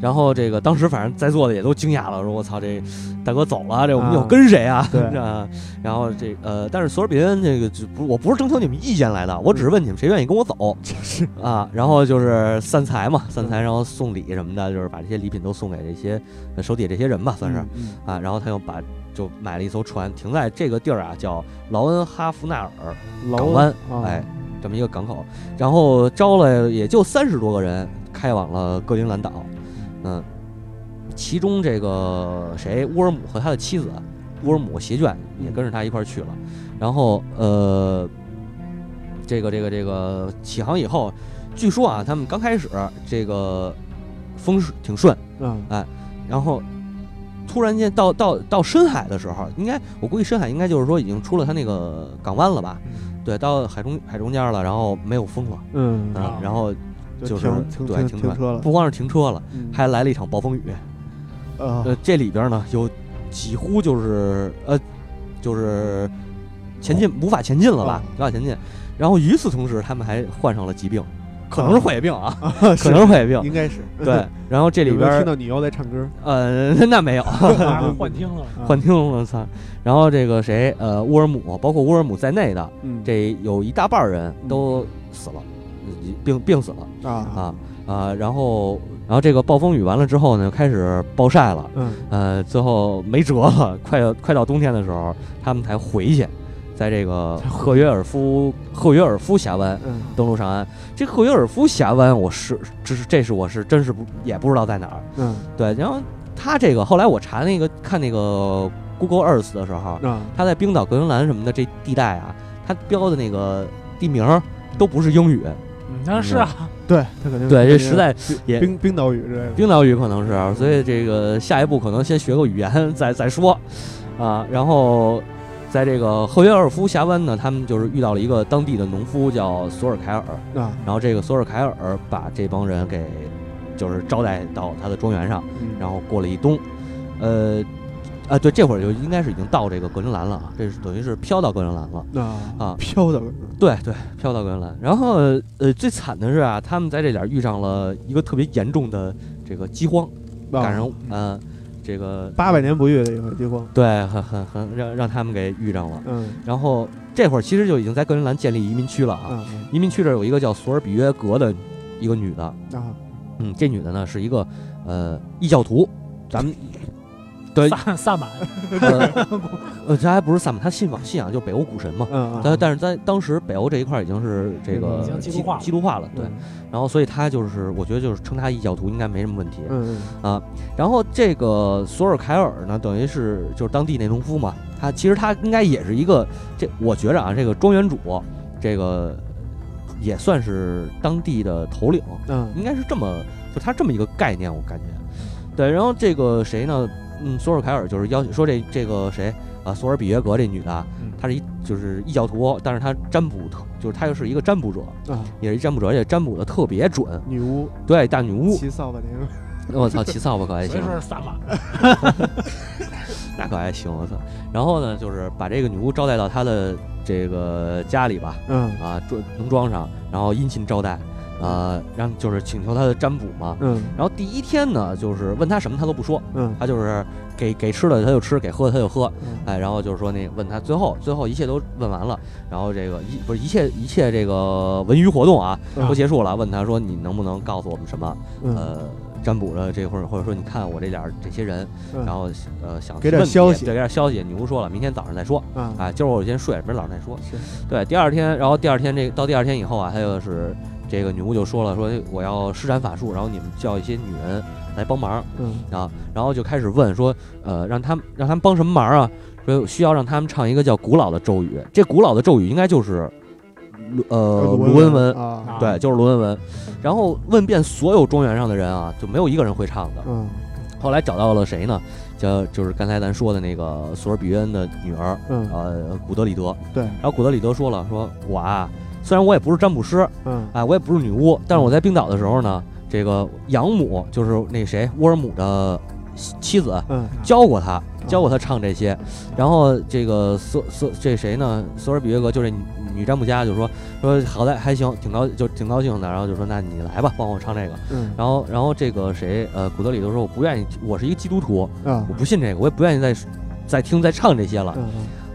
然后这个当时反正在座的也都惊讶了，说我操，这大哥走了，这我们
啊
有跟谁啊？
对
啊。然后这呃，但是索尔比恩这个就不，我不是征求你们意见来的，我只是问你们谁愿意跟我走。
是
啊，然后就是散财嘛，散财，然后送礼什么的，就是把这些礼品都送给这些呃手底下这些人吧，算是、
嗯
啊。然后他又把就买了一艘船，停在这个地儿啊，叫劳恩哈夫纳尔港湾，
啊
哎，这么一个港口。然后招了也就三十多个人，开往了格陵兰岛，嗯。其中这个谁，乌尔姆和他的妻子，乌尔姆携眷也跟着他一块儿去了。然后呃，这个这个这个起航以后，据说啊，他们刚开始这个风是挺顺，
嗯
然后突然间到到到深海的时候，应该我估计深海应该就是说已经出了它那个港湾了吧？
嗯
对，到海中海中间了，然后没有风了，
嗯
啊
啊，
然后就是
停停
对
停
停
停车了，
不光是停车了，
嗯
还来了一场暴风雨。
啊
呃，这里边呢有几乎就是呃，就是前
哦
进无法前进了吧，无法前进。然后与此同时，他们还患上了疾病，可能是坏血病啊，可能是坏血病。
应该是
对，然后这里
有没有
边
听
儿
到你又在唱歌，
呃， 那没有
啊幻听了，
啊
幻听了，我操。然后这个谁呃，乌尔姆，包括乌尔姆在内的
嗯
这有一大半儿人
嗯
都死了，呃病病死了
啊
啊啊。然后然后这个暴风雨完了之后呢，开始暴晒了。
嗯
呃，最后没辙了，快快到冬天的时候，他们才回去，在这个赫约尔夫赫约尔夫峡湾
嗯
登陆上岸。这赫约尔夫峡湾，我是这是这是我是真是不也不知道在哪儿。
嗯
对，然后他这个后来我查那个看那个 Google Earth 的时候，
啊
他在冰岛、格陵兰什么的这地带啊，他标的那个地名儿都不是英语，
嗯那是啊，
对他肯定
对，这实在也
冰冰岛语之类的，
冰岛语可能是，啊所以这个下一步可能先学个语言 再再说，啊，然后在这个赫约尔夫峡湾呢，他们就是遇到了一个当地的农夫叫索尔凯尔，
啊
然后这个索尔凯尔把这帮人给就是招待到他的庄园上，
嗯
然后过了一冬，呃，啊，对，这会儿就应该是已经到这个格陵兰了啊，这是等于是飘到格陵兰了。
啊
啊
飘的
对对，飘到格陵兰。然后呃，最惨的是啊，他们在这点儿遇上了一个特别严重的这个饥荒，赶上呃这个
啊八百年不遇的一个地方，
对，很很很让让他们给遇上了。
嗯
然后这会儿其实就已经在格陵兰建立移民区了啊。
嗯
移民区这儿有一个叫索尔比约格的一个女的，
啊，
嗯，这女的呢是一个呃异教徒，咱们对
萨萨满
呃呃这还不是萨满，她信仰信仰就是北欧古神嘛。
嗯
但但是在当时北欧这一块儿已经是这个
已经
基督化了
基督化了，对。，
嗯
然后所以她就是我觉得就是称她异教徒应该没什么问题。
嗯
然后这个索尔凯尔呢，等于是就是当地那农夫嘛，他其实他应该也是一个这，我觉着啊，这个庄园主，这个也算是当地的头领，
嗯
应该是这么就他这么一个概念，我感觉。对，然后这个谁呢？嗯，索尔凯尔就是要求说这这个谁啊，索尔比约格这女的啊
嗯，
她是一就是异教徒，但是她占卜特就是她又是一个占卜者，
啊，
也是一占卜者，而且占卜的特别准。
女巫
对，大女巫，
骑扫把那个，
我操，骑扫把可还
所
行啊
以。说是萨满。
那可还行，我操！然后呢，就是把这个女巫招待到她的这个家里吧，
嗯
啊，装农庄上，然后殷勤招待，啊，让就是请求她的占卜嘛。
嗯
然后第一天呢，就是问她什么她都不说，
嗯
她就是给给吃的她就吃，给喝的她就喝，
嗯
哎，然后就是说那个问她，最后最后一切都问完了，然后这个一不是一切一切这个文娱活动啊
嗯
都结束了，问她说你能不能告诉我们什么？
嗯
呃，占卜的这会儿或者说你看我这点儿这些人。然后呃想
嗯给点
问你
消息
对，给点消息。女巫说了，明天早上再说
啊
啊，今儿我先睡，明儿早上再说。
是
对，第二天，然后第二天这到第二天以后啊，他就是这个女巫就说了，说我要施展法术，然后你们叫一些女人来帮忙
嗯
啊，然后就开始问说，呃，让他们让他们帮什么忙啊？说需要让他们唱一个叫古老的咒语，这古老的咒语应该就是呃卢恩文。
啊，
对，就是卢恩文，然后问遍所有庄园上的人啊，就没有一个人会唱的。
嗯
后来找到了谁呢？叫就是刚才咱说的那个索尔比恩的女儿，
嗯
呃，古德里德。
对，
然后古德里德说了，说我啊，虽然我也不是占卜师，
嗯
哎，我也不是女巫，但是我在冰岛的时候呢，这个养母就是那谁沃尔姆的妻子
嗯
教过他，教过他唱这些。然后这个索索这谁呢？索尔比约格就这女女占卜家就说说好歹还行，挺高就挺高兴的。然后就说那你来吧，帮我唱这个。
嗯
然后，然后这个谁，呃，古德里都说我不愿意，我是一个基督徒，
啊
我不信这个，我也不愿意再再听再唱这些了。
嗯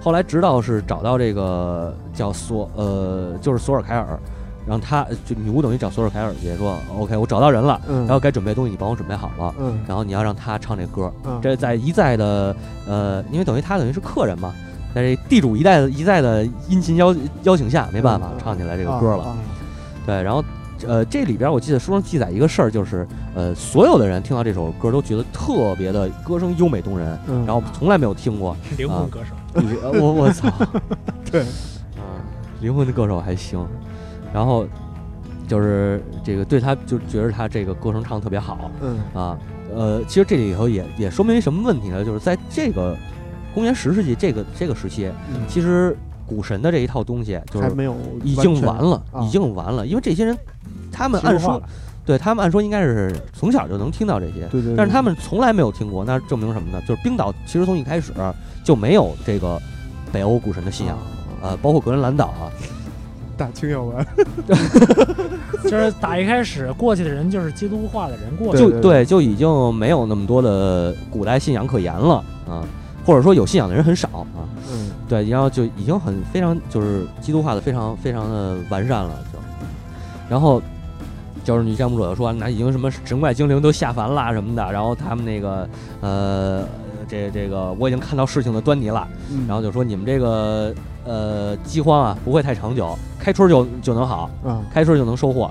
后来直到是找到这个叫索，呃，就是索尔凯尔，让他就女巫等于找索尔凯尔去说，OK，我找到人了，
嗯，
然后该准备的东西你帮我准备好了，
嗯
然后你要让他唱这歌，
嗯
这在一再的，呃，因为等于他等于是客人嘛，在这地主一代一再的殷勤邀邀请下，没办法
嗯嗯
唱起来这个歌了。
啊
对，然后呃，这里边我记得书上记载一个事儿，就是呃，所有的人听到这首歌都觉得特别的歌声优美动人，
嗯，
然后从来没有听过。
灵魂歌手，
你呃我我操，
对
嗯，灵魂的歌手还行，然后就是这个对他就觉得他这个歌声唱得特别好
嗯
啊，呃，其实这里头也也说明什么问题呢？就是在这个公元十世纪这个这个时期，
嗯
其实股神的这一套东西就
还
是
没有
已经完了，
啊
已经完了，因为这些人。他们按
听话
说
了
对他们按说应该是从小就能听到这些，
对对，
但是他们从来没有听过，那证明什么呢？就是冰岛其实从一开始就没有这个北欧古神的
啊哦
信仰，呃，包括格陵兰岛啊，
大清要完，
就是打一开始过去的人就是基督化的人过去
对
就
对
就已经没有那么多的古代信仰可言了啊，或者说有信仰的人很少啊，
嗯
对，然后就已经很非常就是基督化的非常非常的完善了，就，然后。就是女占卜者说，那已经什么神怪精灵都下凡啦什么的，然后他们那个，呃，这这个我已经看到事情的端倪了，
嗯，
然后就说你们这个呃饥荒啊不会太长久，开春就就能好，
啊
开春就能收获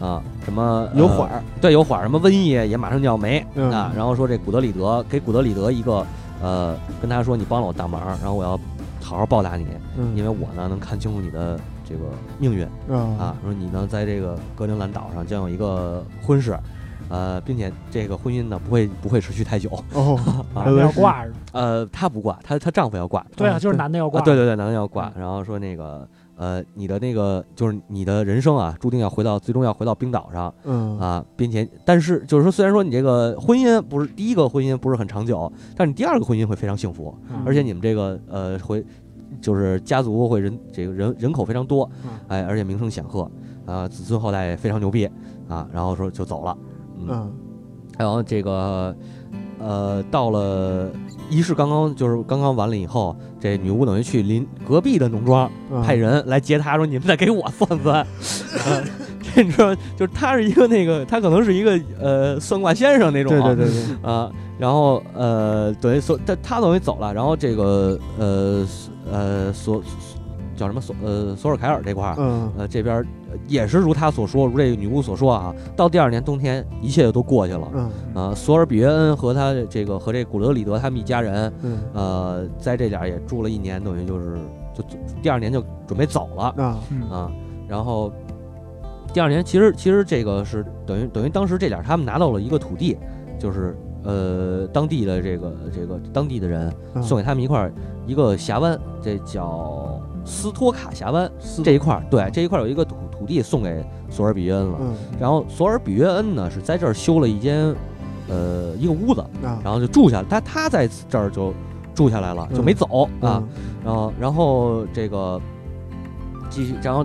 啊，什么
有
呃
缓儿，
对有缓儿，什么瘟疫也马上就要没、
嗯
啊。然后说这古德里德给古德里德一个呃，跟他说你帮了我大忙，然后我要好好报答你，
嗯
因为我呢能看清楚你的这个命运
啊
啊，说你呢在这个格陵兰岛上将有一个婚事。呃，并且这个婚姻呢不会不会持续太久，
哦，
啊
还有
要挂着，
呃，她不挂，她她丈夫要挂，
对啊，就是男的要挂，
啊，对对对，男的要挂，然后说那个呃，你的那个就是你的人生啊，注定要回到最终要回到冰岛上
嗯
啊，并且但是就是说，虽然说你这个婚姻不是第一个婚姻不是很长久，但是你第二个婚姻会非常幸福，
嗯
而且你们这个呃会就是家族会人这个人人口非常多
嗯，
哎，而且名声显赫啊，子孙后代也非常牛逼啊，然后说就走了，嗯，
嗯
然后这个呃到了仪式刚刚就是刚刚完了以后，这女巫等于去邻隔壁的农庄。
嗯
派人来截他，说你们再给我 算算。嗯 这你知道，就是他是一个那个，他可能是一个呃算卦先生那种、
对
啊，
对对对，
啊，然后呃，等于所他他等于走了，然后这个呃呃索叫什么索呃索尔凯尔这块儿，
嗯
呃这边儿也是如他所说，如这个女巫所说啊，到第二年冬天一切就都过去了。
嗯
啊，索尔比约恩和他这个和这古德里德他们一家人，
嗯
呃，在这点儿也住了一年，等于就是就就第二年就准备走了
啊
嗯
啊。然后第二年，其实其实这个是等于等于当时这点儿他们拿到了一个土地，就是呃当地的这个这个当地的人
嗯
送给他们一块儿一个峡湾，这叫斯托卡峡湾
斯
这一块儿，对这一块儿有一个土土地送给索尔比约恩了。
嗯
然后索尔比约恩呢是在这儿修了一间呃一个屋子，
啊
然后就住下了。他他在这儿就住下来了，
嗯
就没走、啊。然后然后这个继续，然后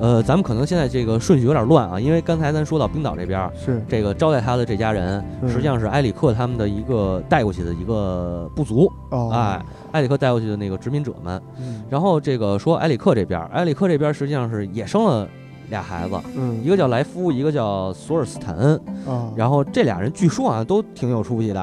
呃，咱们可能现在这个顺序有点乱啊，因为刚才咱说到冰岛这边儿，
嗯是
这个招待他的这家人
嗯
实际上是埃里克他们的一个带过去的一个部族，
哦
哎，埃里克带过去的那个殖民者们。
嗯
然后这个说埃里克这边儿，埃里克这边儿实际上是也生了俩孩子，
嗯
一个叫莱夫，一个叫索尔斯坦恩。
啊，
然后这俩人据说啊都挺有出息的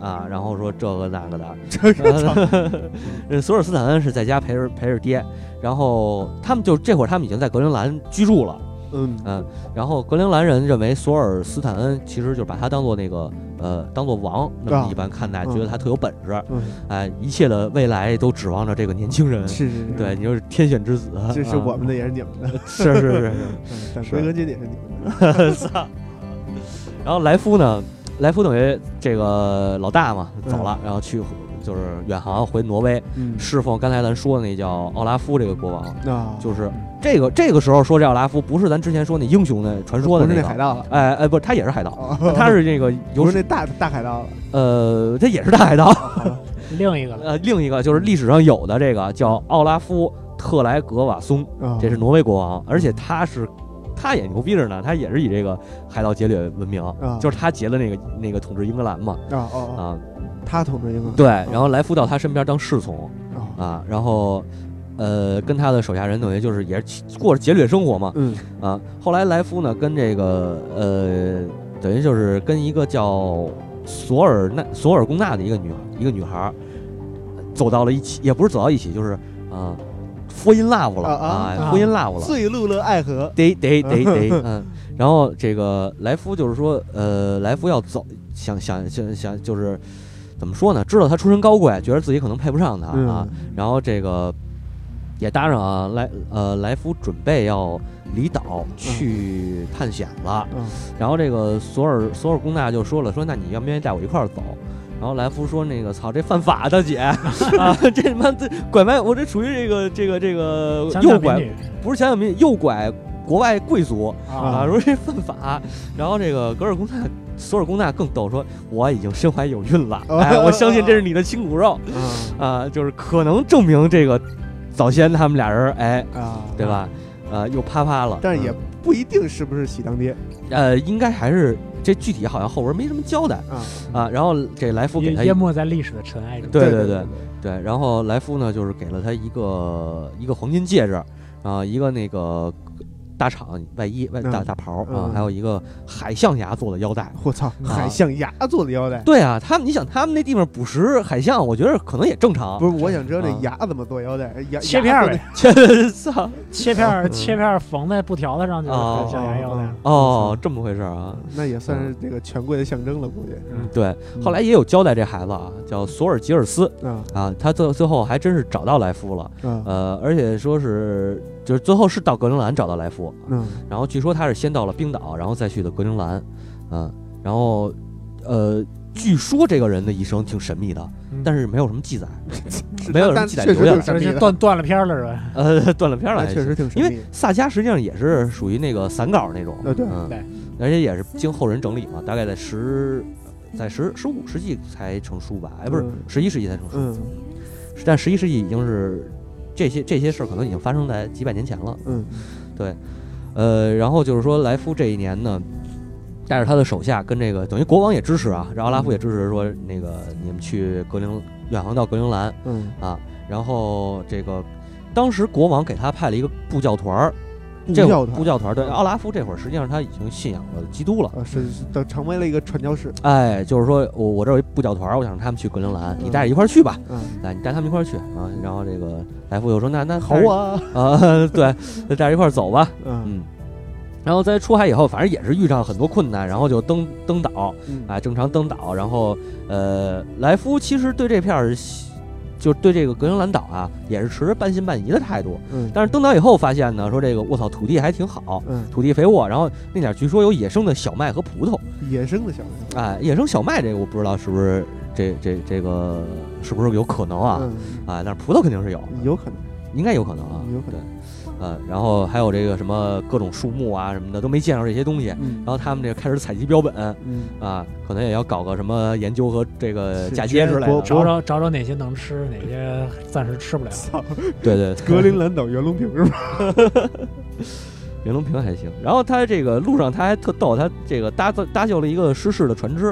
啊，然后说这个那 个的。
这个
呃，索尔斯坦恩是在家陪着陪着爹，然后他们就这会儿他们已经在格陵兰居住了，
嗯
嗯，然后格陵兰人认为索尔斯坦恩其实就是把他当做那个呃当做王那
啊
么一般看待，觉得他特有本事，
嗯
哎，一切的未来都指望着这个年轻人，
是是是，
对，你就是天选之子，
这是
啊
我们的也是你们的，
是是是是。
嗯但
是
归根结底是你们的，
操！然后莱夫呢，莱夫等于这个老大嘛走了，然后去就是远航回挪威
嗯
侍奉刚才咱说的那叫奥拉夫这个国王，
啊，
就是这个这个时候说这奥拉夫不是咱之前说那英雄的传说的
不是
那
那
个
海，盗了，
哎哎不是他也是 海盗，
哦
他是这个
不
游
是那大大海盗了，
呃他也是大海盗，
另一个了，
呃另一个就是历史上有的这个叫奥拉夫特莱格瓦松，
啊
这是挪威国王，而且他是他也牛逼着呢，他也是以这个海盗劫掠闻名，
啊
就是他劫了那个那个统治英格兰嘛
啊哦哦，
啊，
他统治英格兰，
对，然后来福到他身边当侍从
啊
啊，然后呃跟他的手下人等于就是也是起过着劫掠生活嘛
嗯
啊，后来来福呢跟这个呃等于就是跟一个叫索尔纳索尔贡纳的一个女一个女孩儿走到了一起，也不是走到一起，就是啊。fall in love 了
啊啊
啊，fall in love 了，
醉怒了爱河，
得得 得得，嗯。然后这个莱夫就是说，呃，莱夫要走，想想想想，就是怎么说呢？知道他出身高贵，觉得自己可能配不上他
嗯
啊。然后这个也搭上啊，莱呃莱夫准备要离岛去探险了。
嗯
然后这个索尔索尔贡纳就说了，说那你愿不愿意带我一块儿走？然后莱夫说：“那个操，这犯法 的姐 啊，这他妈这拐卖我这属于这个这个这个
强
诱
抢
拐
民女
不是想想民诱拐国外贵族啊，
啊
说这犯法。 然后这个格尔贡纳索尔贡纳更逗，说我已经身怀有孕了，
哦
哎，我相信这是你的亲骨肉
嗯
啊，就是可能证明这个早先他们俩人哎，
啊，
对吧？呃，又啪啪了，啊
但是也不一定是不是喜当爹
呃，应该还是这具体好像后文没什么交代
啊，
啊。然后这莱夫给他
淹
一
淹没在历史的尘埃中。
对
对
对对对，然后莱夫呢，就是给了他一个一个黄金戒指，啊，一个那个大厂外衣外大
嗯
大袍
嗯
啊，还有一个海象牙做的腰带。
我操，海象牙做的腰带，
对啊，他们你想他们那地方捕食海象，我觉得可能也正常。
不是，我想知道这
啊
牙怎么做腰带，牙
切片儿呗，
是，操
切片儿
嗯
切片儿缝在布条子上就是
哦
象牙腰带
哦。
哦，这么回事儿啊。
那也算是这个权贵的象征了，估计
对，
嗯
后来也有交代，这孩子啊叫索尔吉尔斯
啊
啊，他最最后还真是找到莱夫了，
啊
呃，而且说是就是最后是到格陵兰找到莱夫，啊
嗯
然后据说他是先到了冰岛，然后再去的格陵兰，嗯，然后呃，据说这个人的一生挺神秘的，
嗯
但是没有什么记载。没有人
但
记载
确实
留
挺
下来
神
这
秘
就
的，
断断了片儿了是吧？
呃，断了片儿了
那
还
确
行，
实挺神
因
秘
为
的。
萨迦实际上也是属于那个散稿那种，
呃对
嗯
对，
而且也是经后人整理嘛，大概在十在十十五世纪才成书吧，哎，不是
嗯
十一世纪才成书，
嗯
但十一世纪已经是这些这些事儿可能已经发生在几百年前了。
嗯
呃，然后就是说莱夫这一年呢，带着他的手下跟这个等于国王也支持啊，然后拉夫也支持说那个你们去格陵远航到格陵兰
嗯
啊，然后这个当时国王给他派了一个布教团儿，
嗯，
这
布
会
教
儿
团
布教团儿对奥拉夫这会儿实际上他已经信仰了基督了。
啊，是是等成为了一个传教士，啊
哎，就是说我我这儿有一布教团儿，我想让他们去格陵兰，你带着一块儿去吧，
嗯，
来，你带他们一块儿去啊。然后这个莱夫又说，那那
好
啊
啊，
啊，对，那带着一块儿走吧，
嗯
嗯，然后在出海以后，反正也是遇上很多困难，然后就登登岛，
嗯
啊，正常登岛，然后呃，莱夫其实对这片儿西，就对这个格陵兰岛啊，也是持着半信半疑的态度。
嗯
但是登岛以后发现呢，说这个卧槽，土地还挺好，
嗯，
土地肥沃，然后那点儿据说有野生的小麦和葡萄，
野生的小孩
啊，野生小麦这个我不知道是不是这这这个是不是有可能啊？
嗯，
啊，但是葡萄肯定是有，
有可能，
应该有可能啊，
有可能
对，呃，然后还有这个什么各种树木啊什么的都没见着这些东西，
嗯
然后他们这开始采集标本
嗯，
啊，可能也要搞个什么研究和这个
是
嫁接之
国
类的，
国
找找找找哪些能吃，哪些暂时吃不了。
操，
对对，对
格 陵兰岛袁隆平是吧？
袁隆平还行。然后他这个路上他还特逗，他这个搭造搭救了一个失事的船只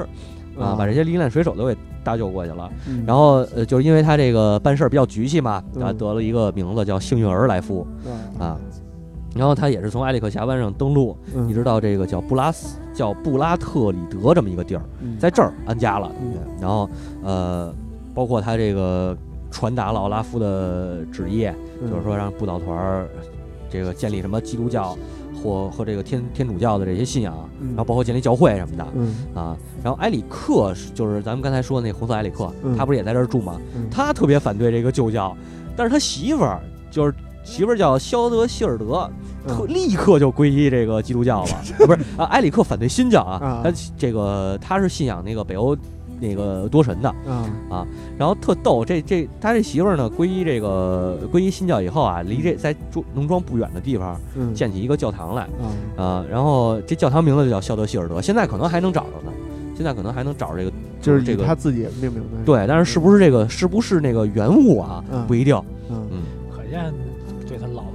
啊，把这些罹难水手都给搭救过去了。
嗯，
然后呃，就是因为他这个办事儿比较局气嘛，
嗯
他得了一个名字叫幸运儿莱夫
后
啊。然后他也是从埃里克峡湾上登陆，
嗯
一直到这个叫布拉斯叫布拉特里德这么一个地儿，在这儿安家了。
嗯
然后呃，包括他这个传达了奥拉夫的旨意，
嗯
就是说让布道团儿这个建立什么基督教或和这个天天主教的这些信仰，然后包括建立教会什么的。
嗯
啊，然后埃里克是就是咱们刚才说的那红色埃里克，
嗯
他不是也在这儿住吗？
嗯
他特别反对这个旧教，但是他媳妇儿就是媳妇儿叫肖德希尔德，
嗯
特立刻就皈依这个基 督教了，啊不是啊，埃里克反对新教啊
啊，
他这个他是信仰那个北欧那个多神的，
啊
然后特逗，这这他这媳妇儿呢皈依这个皈依新教以后啊，离这在住农庄不远的地方
嗯
建起一个教堂来。
啊
啊，然后这教堂名字就叫肖德希尔德，现在可能还能找着呢，现在可能还能找着这个，
就是
这
以
个
他自己命名的，，
对，但是是不是这个是不是那个原物啊，
嗯
不一定
嗯
可见对他老婆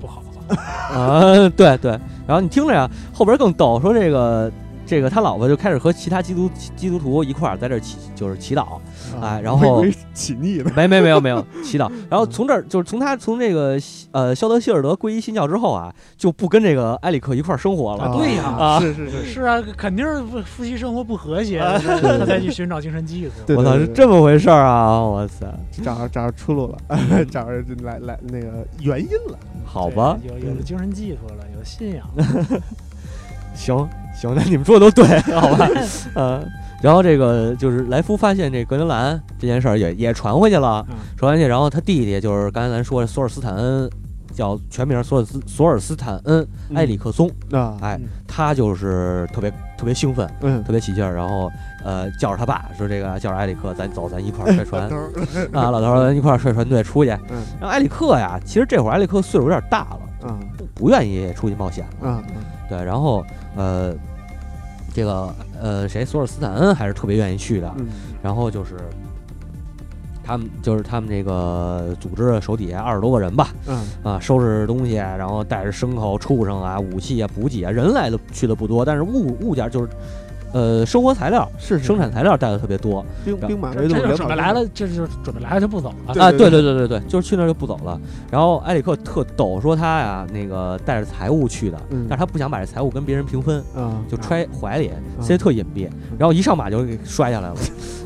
不好啊。
啊，对对。然后你听着呀，后边更逗，说这个这个他老婆就开始和其他基督基督徒一块儿在这儿祈就是祈祷，哎然后
啊我以为起腻的，
没没没有没有祈祷。然后从这儿就是从他从这个呃肖德希尔德皈依新教之后啊，就不跟这个埃里克一块儿生活了。
啊
对呀
啊
是是是，
是啊，肯定是夫夫妻生活不和谐，
啊
他才去寻找精神寄宿。
对
我操，
对
是
对
这么回事儿啊！我塞，
找着找着出路了， 找着来来那个原因了，
好吧，
对有有了精神寄宿了，有了信仰了。
行行，那你们说的都对，好吧？呃，然后这个就是莱夫发现这格陵兰这件事儿也也传回去了，
嗯
传回去，然后他弟弟就是刚才咱说的索尔斯坦恩，叫全名索尔斯索尔斯坦恩
嗯
埃里克松，
啊，
哎
嗯，
他就是特别特别兴奋，
嗯，
特别起劲儿，然后呃叫着他爸说这个叫着埃里克，咱走，咱 一块儿摔船
老头儿，
啊，老头儿咱一块儿率船队出去。
嗯
然后埃里克呀，其实这会儿埃里克岁数有点大了，
啊
不不愿意出去冒险了。
啊
对，然后呃，这个呃谁索尔斯坦恩还是特别愿意去的，
嗯
然后就是。他们就是他们这个组织手底下二十多个人吧，
嗯
啊，收拾东西，然后带着牲口、畜生啊、武器啊、补给啊，人来的去的不多，但是物物件就是，呃，生活材料、
是
生产材料带的特别多
兵兵马
这
未动，
这就
粮
准
草
备来了，这就准备来了就不走了。
对
啊，对对对对对，就是去那儿就不走了。然后埃里克特逗，说他呀那个带着财物去的，
嗯
但是他不想把这财物跟别人平分，
啊，
就揣怀里，
嗯
塞得特隐蔽，然后一上马就给摔下来了，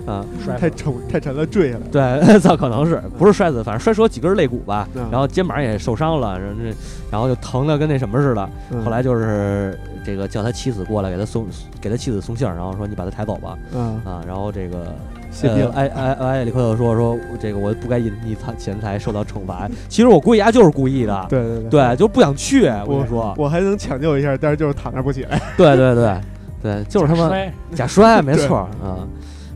啊，
摔
太
吧
沉太沉了，坠下来了，
对， 操，可能是不是摔死，反正摔折几根肋骨吧，
嗯
然后肩膀也受伤了，然后这然后就疼的跟那什么似的。
嗯
后来就是这个叫他妻子过来给他送给他妻子送信儿，然后说你把他抬走吧，
啊，
啊，然后这个
谢帝
呃
了，
埃埃埃里克就说说这个我不该隐匿他钱财受到惩罚，其实我估计他就是故意的，
对对对。
对，就不想去，我跟你说，
嗯我还能抢救一下，但是就是躺那儿不起来。
对对对对，就是他妈
摔
假摔，没
对
错儿啊。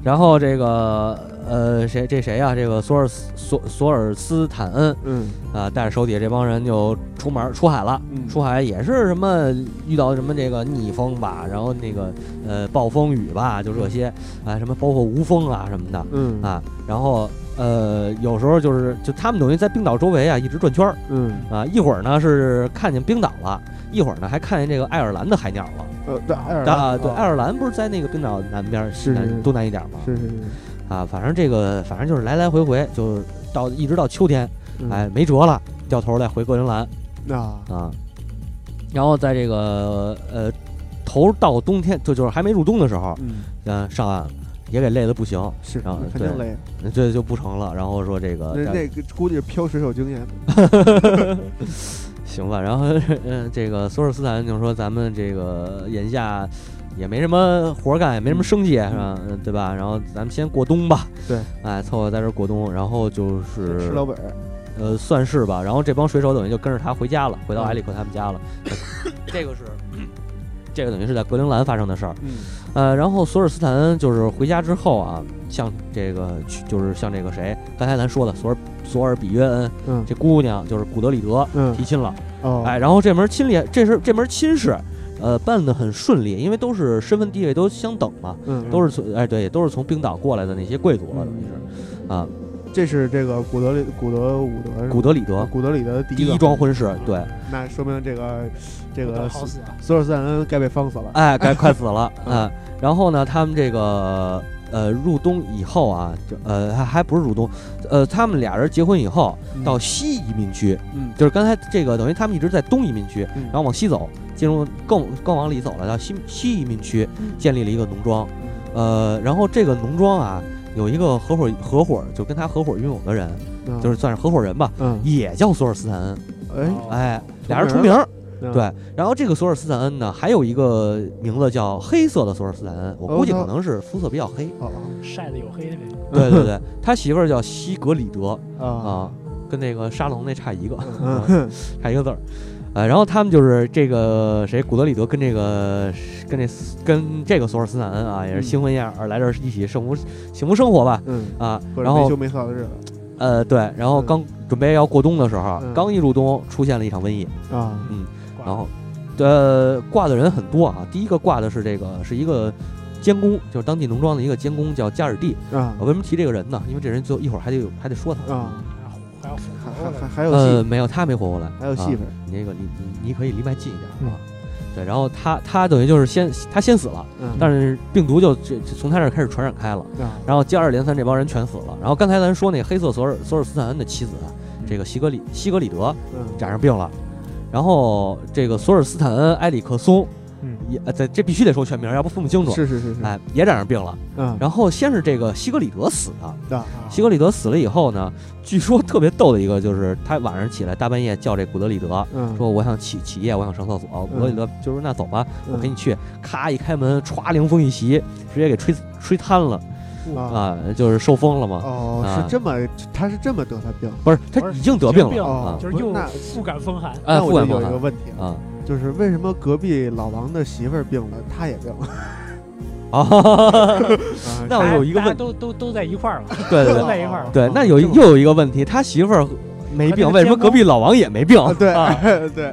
然后这个呃谁这谁呀、这个索尔斯索索尔斯坦恩
嗯
啊、带着手底下这帮人就出门儿出海了。
嗯
出海也是什么遇到什么这个逆风吧，然后那个呃暴风雨吧，就这些啊，什么包括无风啊什么的
嗯
啊，然后呃有时候就是就他们等于在冰岛周围啊一直转圈儿
嗯
啊，一会儿呢是看见冰岛了，一会儿呢还看见这个爱尔兰的海鸟了。
呃，对爱尔兰
啊，对，
哦
爱尔兰不是在那个冰岛南边儿
是
南
是是
东南一点儿吗？
是是是，
啊，反正这个反正就是来来回回，就到一直到秋天，
嗯
哎，没辙了，掉头再回格陵兰
啊
啊。然后在这个呃头到冬天，就就是还没入冬的时候，
嗯
嗯、上岸了也给累得不行，
是
然后
那肯定
对
累，
这就不成了。然后说这个
那那个估计是漂水手经验，
行吧，然后 嗯，这个索尔斯坦就说咱们这个眼下也没什么活儿干，也没什么生计，是吧？嗯对吧？然后咱们先过冬吧。
对，
哎，凑合在这儿过冬，然后就是
吃老本儿，
呃，算是吧。然后这帮水手等于就跟着他回家了，回到
嗯
埃里克他们家了。这个是。这个等于是在格陵兰发生的事儿，
嗯
呃，然后索尔斯坦恩就是回家之后啊，像这个就是像这个谁，刚才咱说的索尔索尔比约恩
嗯
这姑娘，就是古德里德提
嗯
亲了，
哦，
哎，然后这门亲礼，这是这门亲事，呃，办得很顺利，因为都是身份地位都相等嘛，
嗯
都是从哎对，都是从冰岛过来的那些贵族了，等于是啊，
嗯这是这个古德里古德伍德是吗
古德里德
古德里德第
第
个
一桩婚事，对，
那说明这个这
不
个
得好死啊！
索尔斯坦恩该被放死了。
哎，该快 死了，
嗯
啊，然后呢，他们这个呃入冬以后啊，就呃还还不是入冬，呃，他们俩人结婚以后
嗯
到西移民区，
嗯
就是刚才这个等于他们一直在东移民区，
嗯
然后往西走，进入更更往里走了，到西西移民区
嗯
建立了一个农庄。呃，然后这个农庄啊，有一个合伙合伙就跟他合伙拥有的人，
嗯
就是算是合伙人吧，
嗯
也叫索尔斯坦恩，
哦
哎
哎，俩
重
人重
名
名
儿
儿。对，然后这个索尔斯坦恩呢，还有一个名字叫黑色的索尔斯坦恩，我估计
哦
可能是肤色比较黑。
哦
晒得有黑的呗。
对对对，他媳妇儿叫西格里德
哦
啊，跟那个沙龙那差一个，
嗯
啊差一个字儿。呃，然后他们就是这个谁，古德里德跟这个跟这跟这个索尔斯坦恩啊，也是
嗯
新婚燕尔来这儿一起幸福幸福生活吧
嗯，
啊，
过着
然后
没羞没臊的日子
呃，对，然后
嗯
刚准备要过冬的时候，
嗯
刚一入冬出现了一场瘟疫，
啊，
挂
然后，呃，挂的人很多啊。第一个挂的是这个是一个监工，就是当地农庄的一个监工，叫加尔蒂。呃
啊
我为什么提这个人呢？因为这人最后一会儿还得有还得说他。
啊，
还要复
还
活
还还
了，
还有戏，
呃，没有，他没活过来，
还有戏
啊
份儿，
你那个你你你可以离麦近一点啊。
嗯
对，然后他他等于就是先他先死了，
嗯，
但是病毒就这这从他这儿开始传染开了。
是啊，
然后接二连三这帮人全死了。然后刚才咱说那黑色索尔索尔斯坦恩的妻子啊，这个西格里西格里德
嗯，
染上病了。然后这个索尔斯坦恩埃里克松
嗯，
也呃这这必须得说全名，要不分不清楚。
是是是是，
哎，也染上病了。
嗯，
然后先是这个西格里德死的，
啊，
啊
西格里德死了以后呢，据说特别逗的一个就是他晚上起来大半夜叫这古德里德。
嗯，
说我想起起夜，我想上厕所。古德里德就说那走吧，我
嗯
陪你去。咔一开门，歘凉风一袭，直接给吹吹瘫了
啊，
啊，就是受风了嘛。
哦，
啊
是这么，他是这么得他病，
不是，他
不是
已经得病
已经病
了
了
啊
哦
就是又
那
复感风寒，
哎
那
复
我
原
就有
不
一个
了
问题了，
啊
就是为什么隔壁老王的媳妇儿病了，他也 病了？
啊！
啊
那我有一个
大家
问，
都都都在一块儿了，
对对
都
对
在一块儿了。
对，
啊
那有一又有一个问题，他媳妇儿没
他这
病，
个
为什么
监
隔
工
壁老王也没病
啊，？对、
啊
对，
啊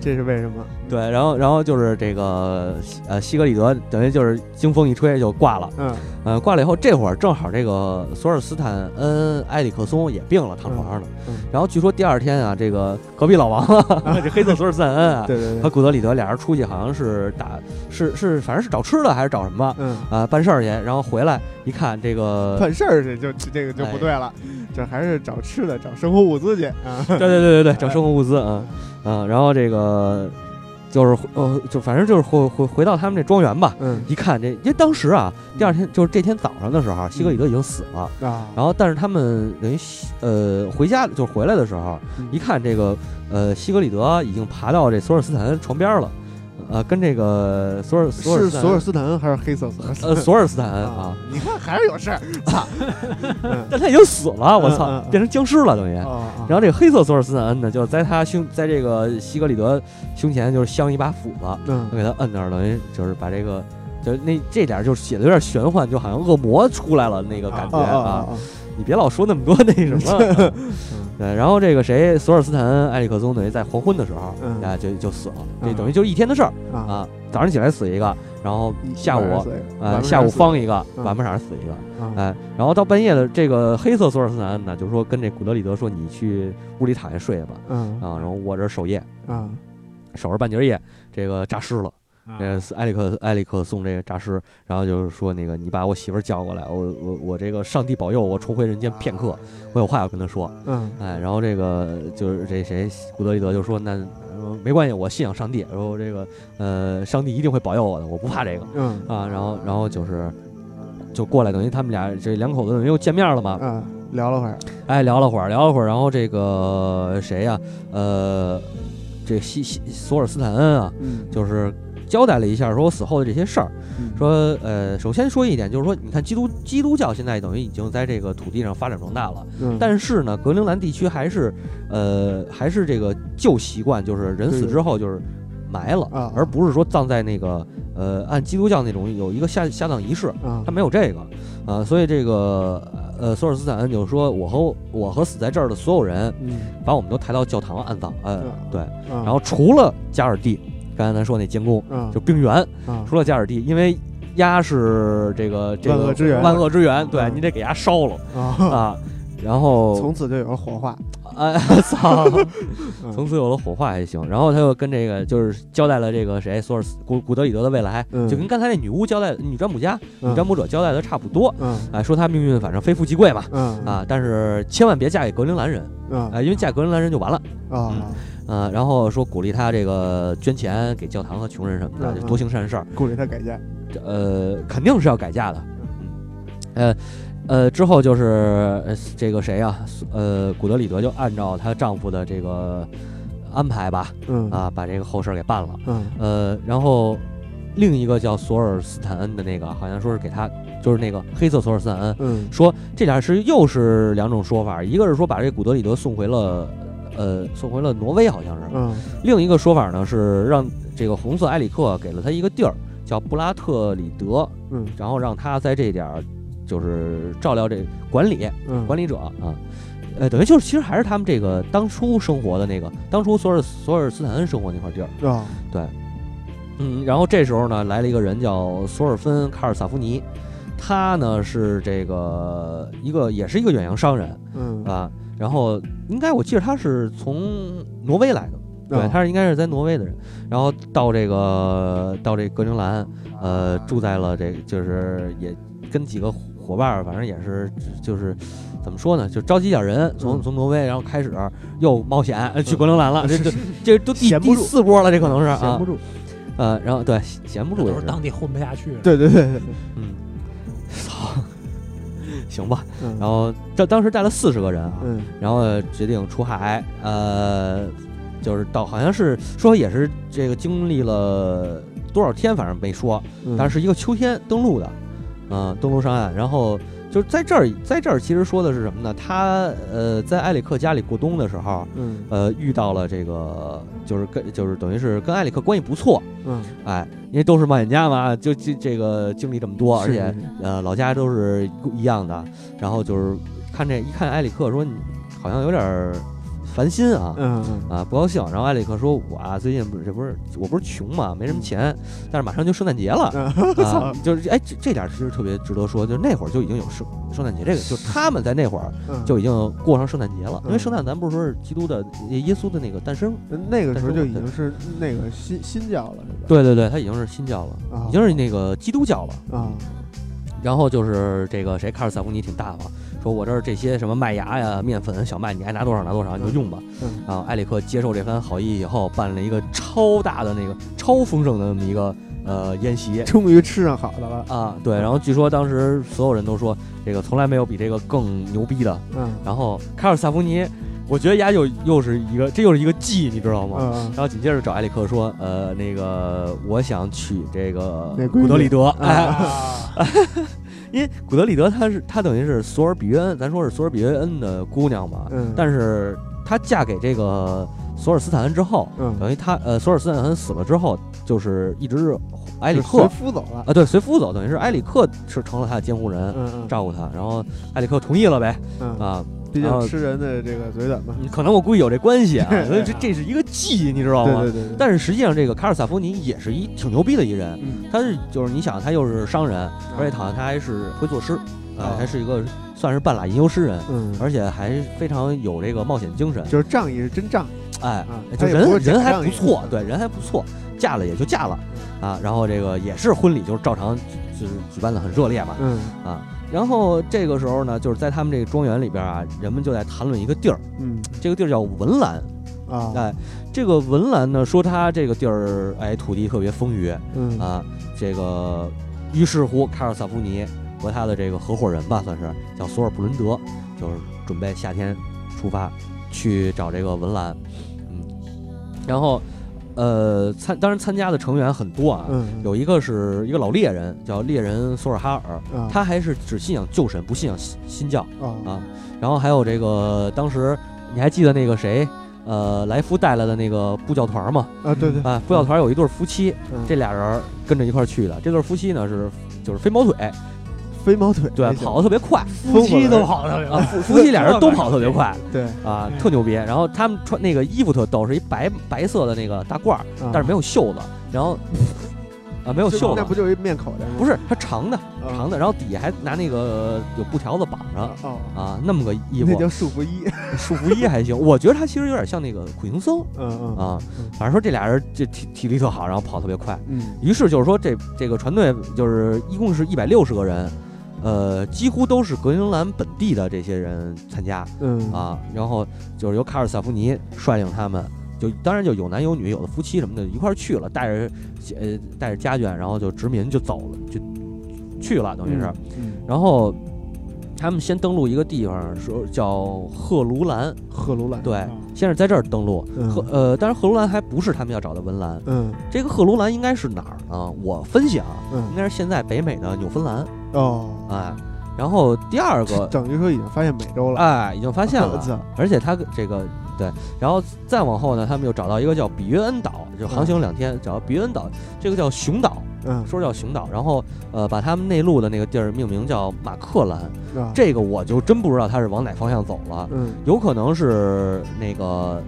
这是为什么？
对，然后然后就是这个呃西格里德等于就是经风一吹就挂了，
嗯
呃挂了以后这会儿正好这个索尔斯坦恩埃里克松也病了，躺床上了
嗯嗯。
然后据说第二天啊，这个隔壁老王 啊，这黑色索尔斯坦恩啊
对对
和
对，
古德里德俩人出去好像是打是是反正是找吃的还是找什么。
嗯，
啊、办事儿去，然后回来一看，这 个，
犯事儿去就这个就不对了，这还是找吃的，找生活物资去啊。
对对对对对，找生活物资， 嗯嗯，然后这个就是呃，就反正就是回回回到他们这庄园吧，
嗯
一看这，因为当时啊，第二天就是这天早上的时候，西格里德已经死了，
啊，
然后但是他们等于呃回家就是回来的时候，
嗯
一看这个呃西格里德已经爬到这索尔斯坦恩床边了，呃，跟这个索尔索尔
是
斯
索
坦
尔
恩
斯坦恩还是黑色索尔斯
呃索尔斯坦恩
坦
啊，？
你看还是有事儿， 操！嗯
但他已经死了，我操
嗯嗯，嗯
变成僵尸了等于。
哦哦
然后这个黑色索尔斯坦恩呢，就是在他胸，在这个西格里德胸前就是镶一把斧子，
嗯
就给他摁那儿，等于就是把这个，就就是那这点儿就写的有点玄幻，就好像恶魔出来了那个感觉
啊啊
啊！你别老说那么多那 什么。啊对，然后这个谁，索尔斯坦埃里克松等于在黄昏的时候
嗯
啊就就死了，这
嗯
等于就一天的事儿
啊啊！
啊。早上起来死一个，然后下午
晚
呃
上
下午
死
方一个，
嗯
晚不晌死一个。
啊
哎，然后到半夜的这个黑色索尔斯坦呢，就是说跟这古德里德说，你去屋里躺下睡吧
嗯
啊，然后我这守夜，
啊
守着半截夜，这个诈尸了，
啊
这个艾利克艾利克送这个诈尸，然后就是说那个你把我媳妇儿叫过来，我我我这个上帝保佑我重回人间片刻，我有话要跟他说，
嗯
哎，然后这个就是这谁古德里德就说那呃没关系，我信仰上帝，然后这个呃上帝一定会保佑我的，我不怕这个。
嗯
啊，然后然后就是就过来，等于他们俩这两口子等于又见面了嘛，
啊，聊了会儿，
哎，聊了会儿，聊了会儿，然后这个谁呀、呃，这西西索尔斯坦恩啊，
嗯，
就是。交代了一下，说我死后的这些事儿，
说
说，呃，首先说一点，就是说，你看基督基督教现在等于已经在这个土地上发展壮大了，
嗯
但是呢，格陵兰地区还是，呃，还是这个旧习惯，就是人死
对
之后就是埋了，
啊
而不是说葬在那个，呃，按基督教那种有一个下下葬仪式，
啊
他没有这个，啊，所以这个呃，索尔斯坦恩就说，我和我和死在这儿的所有人，
嗯啊
把我们都抬到教堂安葬，呃，对，
然
然后除了加尔蒂，刚才咱说那监工，
啊
就病原，
啊
除了加尔蒂，因为鸭是这个这个
万恶之源
万恶之源，对
嗯
你得给鸭烧了
啊，
啊，然后
从此就有了火化，
哎 操，
嗯
从此有了火化还行，然后他又跟这个就是交代了这个谁索尔斯古古德里德的未来，
嗯
就跟刚才那女巫交代女占卜家女
嗯
占卜者交代的差不多。
嗯
啊，说她命运反正非富即贵嘛，
嗯
啊，但是千万别嫁给格陵兰人
啊
啊，因为嫁格陵兰人就完了，
啊，
啊，然后说鼓励她这个捐钱给教堂和穷人什么的，
嗯嗯
就多行善事儿，
鼓励他改嫁，
这呃，肯定是要改嫁的，嗯，呃。呃，之后就是呃这个谁啊，呃，古德里德就按照她丈夫的这个安排吧，
嗯
啊，把这个后事儿给办了。
嗯
呃，然后另一个叫索尔斯坦恩的那个，好像说是给他，就是那个黑色索尔斯坦恩，
嗯
说这俩是又是两种说法，一个是说把这古德里德送回了，呃，送回了挪威，好像是；
嗯
另一个说法呢是让这个红色埃里克给了他一个地儿，叫布拉特里德，
嗯
然后让他在这点儿就是照料这管理
嗯，
管理者啊。呃，等于就是，其实还是他们这个当初生活的那个，当初索尔索尔斯坦恩生活那块地儿。
啊
嗯，然后这时候呢，来了一个人叫索尔芬·卡尔萨夫尼，他呢是这个一个也是一个远洋商人
嗯
啊，然后应该我记得他是从挪威来的，对，
啊
他是应该是在挪威的人，然后到这个到这格陵兰，呃，
啊
住在了这就是也跟几个伙伴儿，反正也是就是怎么说呢，就召集点人从
嗯
从挪威，然后开始又冒险呃去格陵兰 了，这这这都第
闲不
第
住
四波了，这可能是啊，
啊闲不住，
呃，然后对闲不
那
住
都
也
是
是，
当地混不下去了。
对对对，
嗯，操，行吧。
嗯
然后这当时带了四十个人啊，
嗯
然后呃决定出海，呃，就是到好像是说也是这个经历了多少天，反正没说，
嗯，
但
是
是一个秋天登陆的，嗯、登陆上岸，然后。就是在这儿，在这儿其实说的是什么呢？他呃，在埃里克家里过冬的时候，
嗯
呃，遇到了这个，就是跟就是等于是跟埃里克关系不错，
嗯，
哎，因为都是冒险家嘛，就这这个经历这么多，而
是
且
是是
呃老家都是一样的，然后就是看这一看埃里克说你好像有点儿烦心啊。
嗯嗯
啊，不高兴。然后埃里克说：“我啊，最近不是这不是我不是穷嘛，没什么钱，但是马上就圣诞节了，
嗯
啊， 就是哎，这这点儿其实特别值得说，就是那会儿就已经有圣圣诞节这个，就是他们在那会儿
嗯，
就已经过上圣诞节了。因为
嗯
圣诞咱不是说是基督的耶稣的那个诞生，
那个时候就已经是那个新新教了，是吧？
对对对，他已经是新教了，
啊
已经是那个基督教了。
啊，
然后就是这个谁，卡尔萨夫尼挺大方，说我这儿这些什么麦芽呀、面粉、小麦，你爱拿多少拿多少，你就用吧。
嗯
然后埃里克接受这番好意以后，办了一个超大的那个超丰盛的那么一个呃宴 席
终于吃上好的了，
啊，对。然后据说当时所有人都说，这个从来没有比这个更牛逼的。
嗯
然后卡尔萨夫尼，我觉得丫又又是一个，这又是一个计，你知道吗？
嗯
然后紧接着找埃里克说，呃，那个我想娶这个
那闺
古德
女
里德，哎，
啊，
因为古德里德她是她等于是索尔比约恩，咱说是索尔比约恩的姑娘嘛，
嗯，
但是她嫁给这个索尔斯坦恩之后，
嗯
等于她呃索尔斯坦恩死了之后，就是一直是埃里
就
克
随夫走了。
啊，对，随夫走，等于是埃里克是成了他的监护人，
嗯嗯
照顾他。然后埃里克同意了呗，
嗯，
啊，
毕
然
竟
后
吃人的这个嘴短嘛。
可能我估计有这关系啊，
对
所以这这是一个计，你知道
对
吗？
对对对。
但是实际上，这个卡尔萨夫尼也是一挺牛逼的一人，
嗯
他是就是你想，他又是商人，而且好像他还是会作诗，
啊，
啊还是一个算是半拉吟游诗人。
嗯，
而且还非常有这个冒险精神，
就是仗义是真仗义。
哎
啊，
就
他也
人
不是假
人还
仗
不
义
错，
嗯
对，人还不错，嫁了也就嫁了，啊，然后这个也是婚礼就是照常就是举办的很热烈嘛，
嗯
啊，然后这个时候呢，就是在他们这个庄园里边啊，人们就在谈论一个地儿，
嗯
这个地儿叫文兰，
啊
哎，这个文兰呢说他这个地儿哎土地特别丰腴
嗯
啊，这个于是乎卡尔萨夫尼和他的这个合伙人吧，算是叫索尔布伦德，就是准备夏天出发去找这个文兰，嗯，然后呃参当然参加的成员很多啊，
嗯
有一个是一个老猎人叫猎人索尔哈尔。
啊
他还是只信仰旧神，不信仰新新教。
啊
啊然后还有这个，当时你还记得那个谁，呃，莱夫带来的那个布教团吗？
啊对对，
啊，布教团有一对夫妻，
嗯
这俩人跟着一块儿去的。这对夫妻呢是就是飞毛腿，
飞毛腿
对，
那小
跑得特别快
夫妻都跑得
啊，
了，
夫夫妻俩人都跑得特别快
对，
啊，特牛逼。然后他们穿那个衣服特逗，是一白白色的那个大褂儿，但是没
有
有袖子，然后 啊没有袖
那
子
不，啊就是一面口袋吗？
不是它长的
啊
长的，然后底下还拿那个有布条子绑着。
哦，
啊，那么个衣服 啊
那，叫束缚衣。
束缚衣还行，我觉得他其实有点像那个苦行僧
嗯嗯
啊。反正说这俩人这体体力特好，然后跑特别快。
嗯
于是就是说这这个船队就是一共是一百六十个人，呃，几乎都是格陵兰本地的这些人参加
嗯
啊。然后就是由卡尔萨夫尼率领他们，就当然就有男有女，有的夫妻什么的，一块儿去了，带着呃带着家眷，然后就殖民就走了，就去了，等于是。
嗯
然后他们先登陆一个地方，说叫赫卢兰。
赫鲁兰啊
对
嗯，
先是在这儿登陆。
嗯
赫呃，但是赫卢兰还不是他们要找的文兰，
嗯
这个赫卢兰应该是哪儿呢？我分析啊，应
嗯
该是现在北美的纽芬兰，
哦，
哎，然后第 二个，
等于说已经发现美洲了。
哎，已经发现
我操
了，而且他这个对，然后再往后呢，他们又找到一个叫比约恩岛，就航行两天，找到比约恩岛，这个叫熊岛，
嗯，
说叫熊岛，然后呃，把他们内陆的那个地儿命名叫马克兰，
啊
这个我就真不知道他是往哪方向走了，
嗯
有可能是那个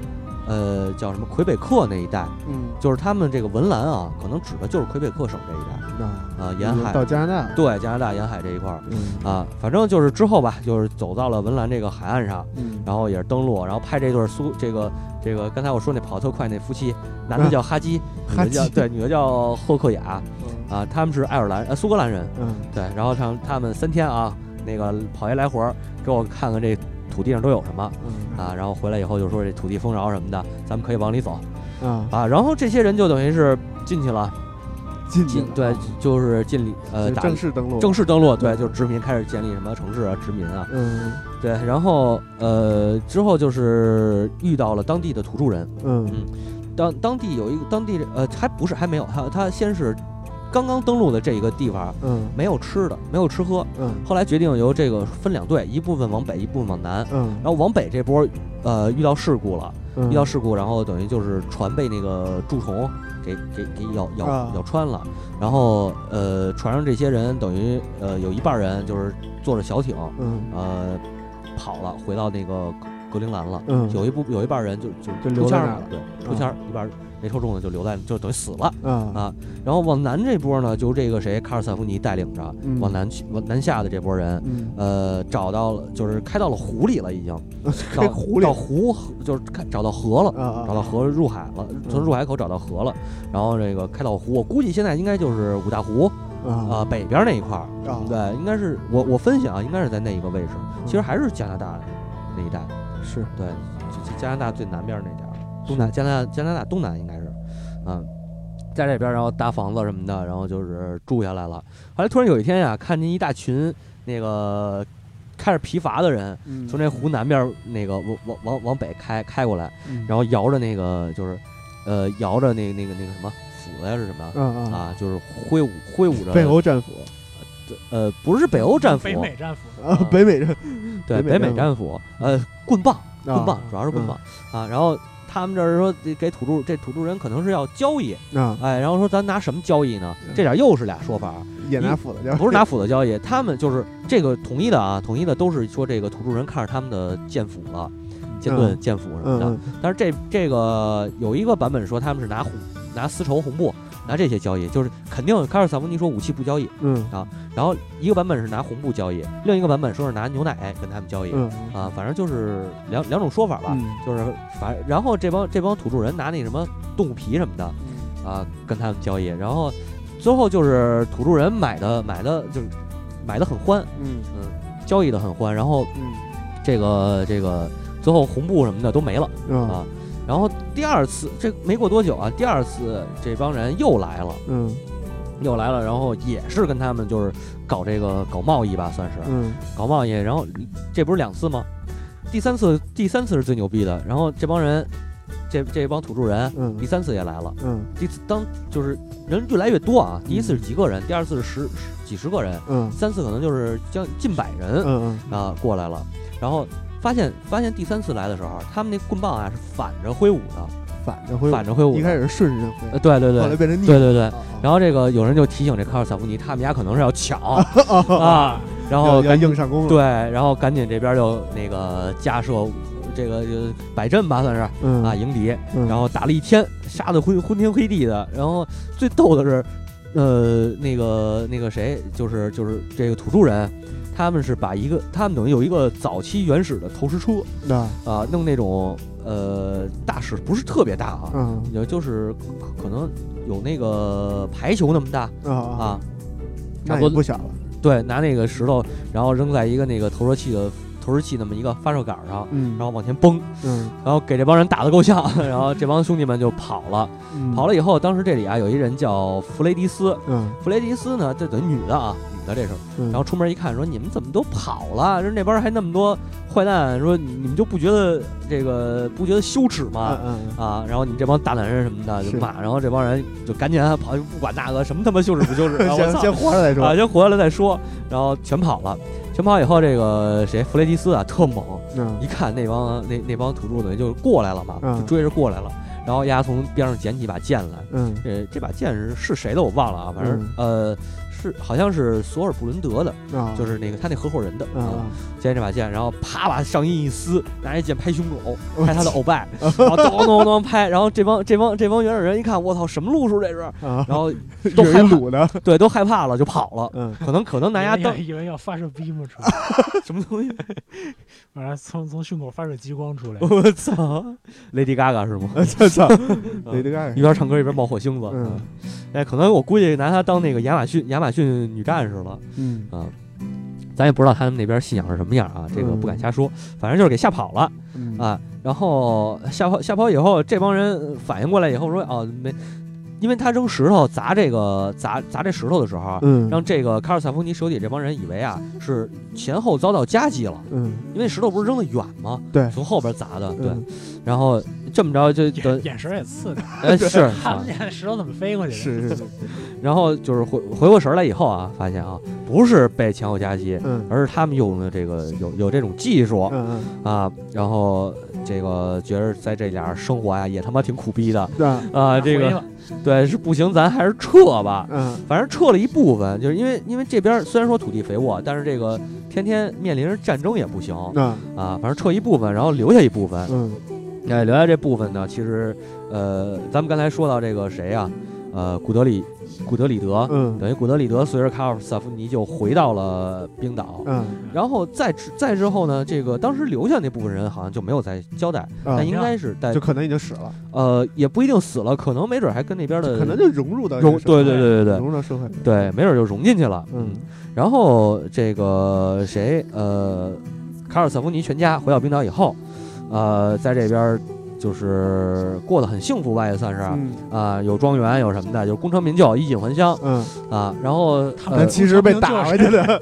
呃叫什么魁北克那一带，
嗯
就是他们这个文兰啊，可能指的就是魁北克省这一带
啊，
啊、沿
已经到
海
加拿大了。
对加拿大沿海这一块儿
嗯
啊，反正就是之后吧，就是走到了文兰这个海岸上，
嗯
然后也是登陆，然后派这对苏这个这个刚才我说那跑得特快那夫妻，男的叫哈基，女
嗯哈
的叫
基
对，女的叫赫克雅
嗯
啊，他们是爱尔兰呃苏格兰人，
嗯
对，然后他们他们三天啊，那个跑一来回儿，给我看看这土地上都有什么。
嗯
啊，然后回来以后就说这土地丰饶什么的，咱们可以往里走
啊，
啊。然后这些人就等于是进去了，
进去
进
了
对
啊，
就是进里呃
就
打
正式登陆
正式登陆，对，就是殖民开始建立什么城市啊，殖民啊，
嗯
对。然后呃之后就是遇到了当地的土著人，
嗯
当当地有一个当地人呃还不是还没有，他他先是刚刚登陆的这一个地方
嗯
没有吃的，没有吃喝，
嗯
后来决定由这个分两队，一部分往北，一部分往南。
嗯
然后往北这波，呃，遇到事故了，
嗯，
遇到事故，然后等于就是船被那个蛀虫给给给咬咬
啊
咬穿了，然后呃，船上这些人等于呃有一半人就是坐着小艇
嗯
呃跑了，回到那个格陵兰了。
嗯
有一部有一半人就就
就
抽
留在
签儿
那儿
了
了，嗯
对，抽签儿，一半没抽中的就留在就等于死了。
啊
啊然后往南这波呢，就这个谁卡尔萨夫尼带领着
嗯
往南去往南下的这波人，
嗯
呃，找到了就是开到了湖里了，已经
开
到
湖里
到湖就是开找到河了。
啊啊
找到河入海了，
嗯
从入海口找到河了，然后这个开到湖，我估计现在应该就是五大湖啊、
啊
北边那一块儿，
啊
对，应该是我我分析啊，应该是在那一个位置，
嗯
其实还是加拿大那一带，
是
对，就就加拿大最南边那点儿，东南加拿大加拿大东南应该是，嗯，在这边然后搭房子什么的，然后就是住下来了。后来突然有一天呀、看见一大群那个开着皮筏的人
嗯
从这湖南边儿那个往往往往北开开过来。
嗯
然后摇着那个就是，呃，摇着那那个那个什么斧子呀是什么
啊啊
啊？就是挥舞挥舞着
北欧战斧
呃，不是北欧战斧
北，美战俘，
啊
啊
北美战
对，
北
北
美
美战斧，呃，棍棒，棍
啊
棒，主要是棍棒啊。然后他们这儿说得给土著这土著人可能是要交易，
啊，
哎，然后说咱拿什么交易呢
嗯？
这点又是俩说法，
也拿斧子叫
不是拿斧子交易，他们就是这个统一的啊，统一的都是说这个土著人看着他们的剑斧了，剑盾、剑斧什
嗯
么的。
嗯
但是这这个有一个版本说他们是拿虎拿丝绸、红布拿这些交易，就是肯定卡尔萨文尼说武器不交易，
嗯
然后一个版本是拿红布交易，另一个版本说是拿牛奶跟他们交易、
嗯
啊，反正就是两两种说法吧，
嗯
就是反然后这帮这帮土著人拿那什么动物皮什么的
嗯
啊跟他们交易，然后最后就是土著人买的买的就是买的很欢，
嗯
交易的很欢，然后这个这个最后红布什么的都没了。
嗯
啊。然后第二次，这没过多久啊，第二次这帮人又来了，
嗯
又来了，然后也是跟他们就是搞这个搞贸易吧，算是
嗯
搞贸易。然后这不是两次吗？第三次，第三次是最牛逼的。然后这帮人，这这帮土著人，第
嗯
三次也来了。
嗯
第次当就是人越来越多啊，第一次是几个人，第二次是十十几十个人，
嗯
三次可能就是将近百人。
嗯
啊过来了，然后发现发现第三次来的时候，他们那棍棒啊是反着挥舞的，
反着挥，
反着挥舞
一
的。
开始是顺着挥
呃，，对对
后来
对，
变成逆啊
对对对。
然
然后这个有人就提醒这卡尔萨夫尼，他们家可能是 要抢啊，然后
哦要
赶
硬上弓了，
对，然后赶紧这边就那个架设这个就摆阵吧，算是
嗯
啊迎敌，
嗯
然后打了一天，杀的昏昏天黑地的。然后最逗的是，呃，那个那个谁，就是就是这个土著人，他们是把一个他们等于有一个早期原始的投石车
那
啊、弄那种呃大石不是特别大啊，
嗯
也就是可可能有那个排球那么大
啊啊，
啊。差
那
不
也
多
不小了，
对，拿那个石头，然后扔在一个那个投射器的投石器那么一个发射杆上，
嗯，
然后往前崩，
嗯
然后给这帮人打得够呛， 然后这帮兄弟们就跑了。
嗯
跑了以后，当时这里啊有一人叫弗雷迪斯，
嗯
弗雷迪斯呢，这等于女的啊，女的这是，
嗯，
然后出门一看啊说你们怎么都跑了，说那边还那么多坏蛋，说你你们就不觉得这个不觉得羞耻吗？
嗯嗯
啊，然后你们这帮大男人什么的
是
就骂，然后这帮人就赶紧啊跑，不管那个什么他 妈羞耻不羞耻，啊
嗯，
我
先
操
先活着再
啊，
说，
先活下来再说，然后全跑了，全跑以后这个谁弗雷迪斯啊特猛，
嗯
一看那帮那那帮土著等于就过来了嘛，
嗯
就追着过来了，然后丫从边上捡起把剑来。
嗯
呃，这把剑是是谁的我忘了啊，反正、呃是好像是索尔布伦德的，
啊，
就是是那个他那合伙人的，
啊，
捡这把剑，然后啪把上衣一撕，拿这剑拍胸口，拍他的欧拜，然后咚咚咚拍，然后这帮这帮这帮原始人一看，我操，什么路数这是？
啊，
然后
有一卤 的，
对都害怕了，就跑了，
嗯
可能可能拿
以
牙
为要
当
以为要发射 beam 出来，
什么东西，
完了从从胸口发射激光出来，
我操，Lady Gaga 是吗？
操操，雷德盖
一，边唱歌一边冒火星子，
嗯
嗯哎，可能我估计拿她当那个亚马逊亚马逊女战士了。
嗯
咱也不知道他们那边信仰是什么样啊，这个不敢瞎说，反正就是给吓跑了
嗯
啊。然后吓跑吓跑以后，这帮人反应过来以后说哦没，因为他扔石头砸这个砸砸这石头的时候，啊
嗯
让这个卡尔萨夫尼手底这帮人以为啊是前后遭到夹击了，
嗯
因为石头不是扔得远吗？
对
从后边砸的，对
嗯。
然后这么着就
眼
等
眼神也刺的，
哎是是
看
啊
不，见石头怎么飞过去的。
是 是是，
然后就是回回过神儿来以后啊，发现啊不是被前后夹击。
嗯
而是他们用的这个有有这种技术，
嗯
啊，然后这个觉着在这里儿生活呀、啊也他妈挺苦逼的
嗯啊
啊，这
回
个
了
对是不行，咱还是撤吧。
嗯
反正撤了一部分，就是因为因为这边儿虽然说土地肥沃，但是这个天天面临着战争也不行
那
啊。反正撤一部分，然后留下一部分。
嗯
哎，留下这部分呢，其实呃，咱们刚才说到这个谁呀、呃，古德里古德里德，
嗯
等于古德里德随着卡尔萨夫尼就回到了冰岛。
嗯
然后再之再之后呢，这个当时留下那部分人好像就没有再交代，但应该是在
啊就可能已经死了，
呃也不一定死了，可能没准还跟那边的
可能就融入到
呃融对对对对对
融入到社会，
对，没准就融进去了。
嗯，
然后这个谁呃，卡尔萨夫尼全家回到冰岛以后，呃，在这边就是过得很幸福吧，也算是啊、
嗯
有庄园有什么的，就功成名就，衣锦还乡
嗯，
啊。然后
他
但
呃
们
其实被打回去的，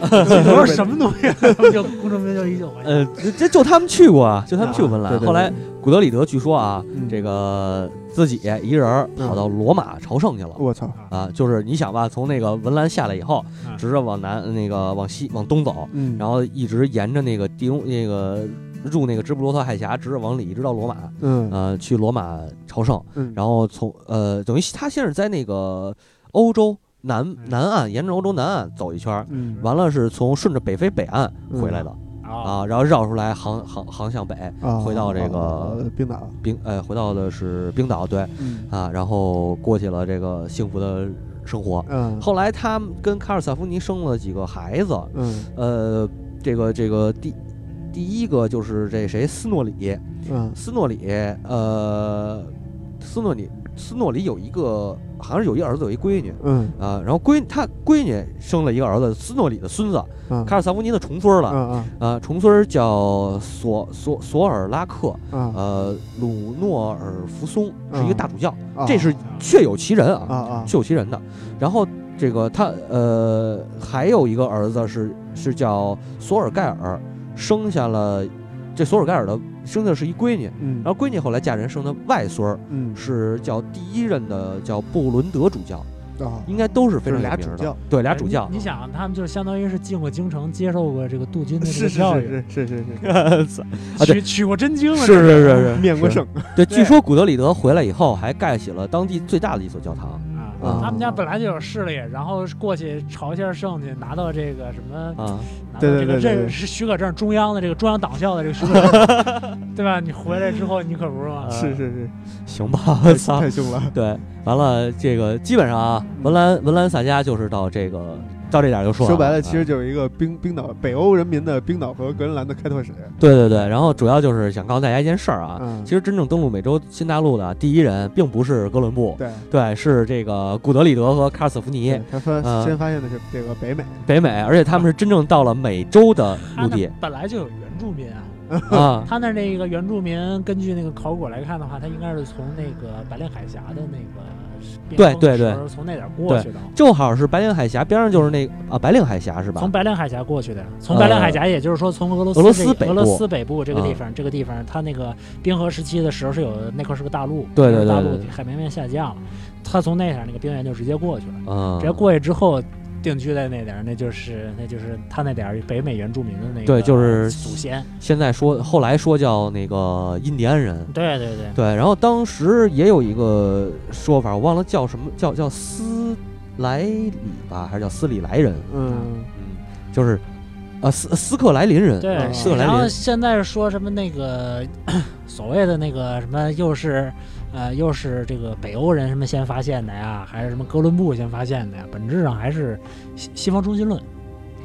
都是什么东西？啊他们就工程兵就 已经完。
呃，这就他们去过啊，就他们去过文莱。
哎对对对
后来古德里德据说啊，
嗯
这个自己一人儿跑到罗马朝圣去了。
我操，
啊，就是你想吧，从那个文兰下来以后，
嗯
直着往南，那个往西往东走，
嗯，
然后一直沿着那个地中那个入那个直布罗陀海峡，直着往里一直到罗马，
嗯
呃，去罗马朝圣，
嗯，
然后从呃，等于他先是在那个欧洲南南岸，沿着欧洲南岸走一圈儿，
嗯
完了是从顺着北非北岸回来的、
啊，
啊，然后绕出来航航航向北，
啊
回到这个
呃冰岛，
冰呃回到的是冰岛，对
嗯
啊，然后过起了这个幸福的生活。
嗯
后来他们跟卡尔萨夫尼生了几个孩子，
嗯
呃，这个这个第第一个就是这谁斯诺里，
嗯
斯诺里，呃，斯诺里斯诺里有一个好像是有一儿子有一闺女
嗯
啊、然后闺他闺女生了一个儿子，斯诺里的孙子，
嗯，
卡尔萨夫尼的重孙儿了。
嗯
呃，重孙儿叫索索索尔拉克，
嗯嗯
呃，鲁诺尔福松是一个大主教，
啊，
这是确有其人啊，
啊啊
确有其人的。然后这个他呃还有一个儿子是是叫索尔盖尔，生下了这索尔盖尔的生的是一闺女，
嗯，
然后闺女后来嫁人生的外孙儿
嗯
是叫第一任的叫布伦德主教，
啊，
应该都是非
就是
常有
俩
名
主
的
教，
对俩主教
哎你，你想，啊他们就是相当于是进过京城，接受过这个镀金的这
是是
个教育，
是是是是是，
啊对
取取过真经了，
是
这
是是是
面过
是
圣，
啊对，据
对
说古德里德回来以后还盖起了当地最大的一所教堂
啊
啊，
他们家本来就有势力，然后过去朝一下圣去，拿到这个什么，
啊。
拿到
对对
这个
对对对
认是许可证，中央的这个中央党校的这个许可证， 对吧？你回来之后，你可不是
啊
吗？
啊是是
行 吧，我
是，
操！
太凶了，
对，完了，这个基本上啊，文兰文兰萨家就是到这个到这点儿就说
说白
了
了
啊，
其实就是一个冰冰岛北欧人民的冰岛和格陵兰的开拓史，
对对对，然后主要就是想告诉大家一件事儿啊，
嗯
其实真正登陆美洲新大陆的第一人并不是哥伦布，
对。
对，是这个古德里德和卡尔斯福尼
对他发
呃啊
先发现的是这个北美，
北美，而且他们是真正到了美洲的
他
陆
那
地
本来就有原住民啊，
啊，
啊他那那个原住民，根据那个考古来看的话，他应该是从那个白令海峡的那个边
对对
峰时候从那点儿过去的，
正好是白令海峡边上就是那个啊白令海峡是吧
从？白令海峡过去的，从白令海峡，也就是说从俄罗斯
呃俄罗斯北部嗯
这俄罗斯北部这个地方，这个地方它那个冰河时期的时候是有那块是个大陆，
对对对
大陆
对对
海平面下降了，它从那点儿那个冰原就直接过去了，
嗯
直，接过去之后。定居在那点儿，那就是那就是他那点儿北美原住民的那个
对就是
祖先，
现在说后来说叫那个印第安人，
对对对，
对，然后当时也有一个说法，我忘了叫什么，叫叫斯莱里吧，还是叫斯里莱人？
嗯，
嗯，就是，呃，斯斯克莱林人，
对，
嗯斯克
然
莱
后
林，
现在说什么那个 所谓的那个什么，又是呃又是这个北欧人什么先发现的呀，还是什么哥伦布先发现的呀？本质上还是西西方中心论。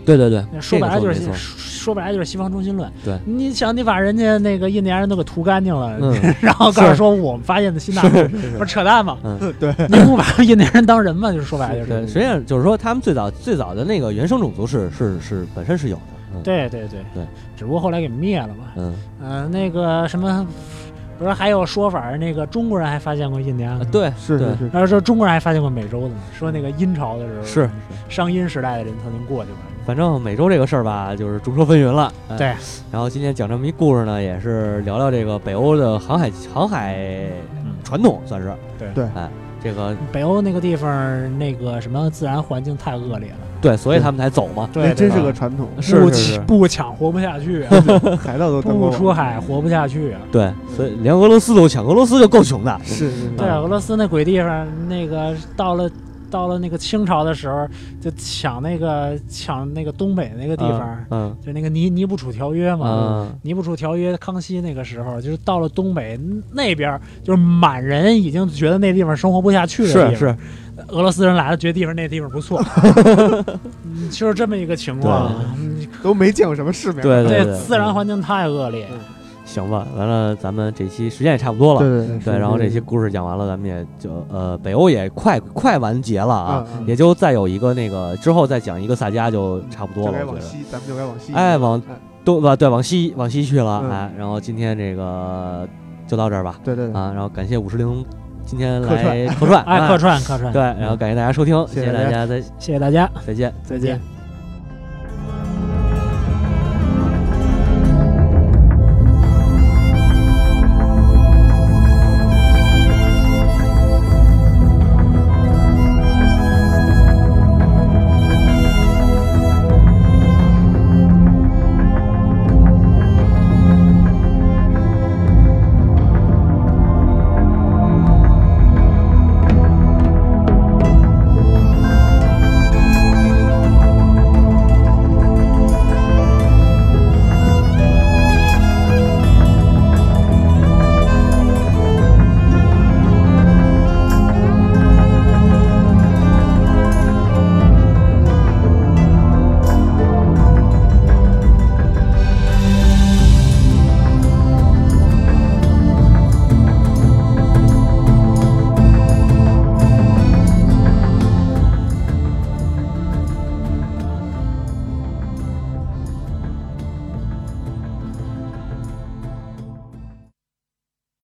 对对对，
那
这
说
个
白了就是
没
西
错
说，说白了就是西方中心论。
对
你想你把人家那个印第安人都给屠干净了，
嗯
然后告诉
是
说我们发现的新大陆，
是是
不
是，
是扯淡吗？
对，
你不把印第安人当人吗？就是说白了就是。
对，实际上就是说他们最早最早的那个原生种族是是是本身是有的，嗯
对对对
对，
只不过后来给灭了嘛。
嗯，
嗯，那个什么，不是还有说法儿，那个中国人还发现过印第安
啊
吗？，
对
是
对
是是，哎
然后说中国人还发现过美洲的呢，说那个殷朝的时候，
是，
商殷时代的人曾经过去过。
反正美洲这个事儿吧，就是众说纷纭了，嗯
对。
然后今天讲这么一故事呢，也是聊聊这个北欧的航海航海
嗯
传统，算是
对
对
哎，这个
北欧那个地方儿，那个什么自然环境太恶劣了，
对，所以他们才走嘛。
那哎真是
对对
个传统，
是
不
是
起
是
不抢活不下去啊，
海盗都当
不
过
出
王，
海活不下去啊。
对，所以连俄罗斯都抢，俄罗斯就够穷的。
是是啊是
对，啊俄罗斯那鬼地方，那个到了到了那个清朝的时候，就抢那个抢那个东北那个地方儿，
嗯，
就那个尼尼布楚条约嘛。
嗯
尼布楚条约，康熙那个时候，就是到了东北那边儿，就是满人已经觉得那地方生活不下去
嗯，
了。
是是，
俄罗斯人来了，觉得地方那地方 不错，嗯就是这么一个情况。嗯
都没见过什么世面，
对
这
对
自然环境太恶劣，
行吧。完了，咱们这期时间也差不多了。
对对
对，然后这些
些
故事讲完了，咱们也就呃，北欧也快快完结了啊，
嗯嗯
也就再有一个那个之后再讲一个萨迦就差不
就
多了，
该
我
往
觉得。
西，咱们就该往西，
哎，往
哎
东吧，对，往西往西去了，
嗯
哎，然后今天这个就到这儿吧，
对对对，
啊，然后感谢五十铃今
嗯
天
客串
来客串，
哎
哎
爱客串客串
对，。然后感谢大家收听，
谢谢
谢
大
大
家
家，再
谢谢大家，
再见。
再
见。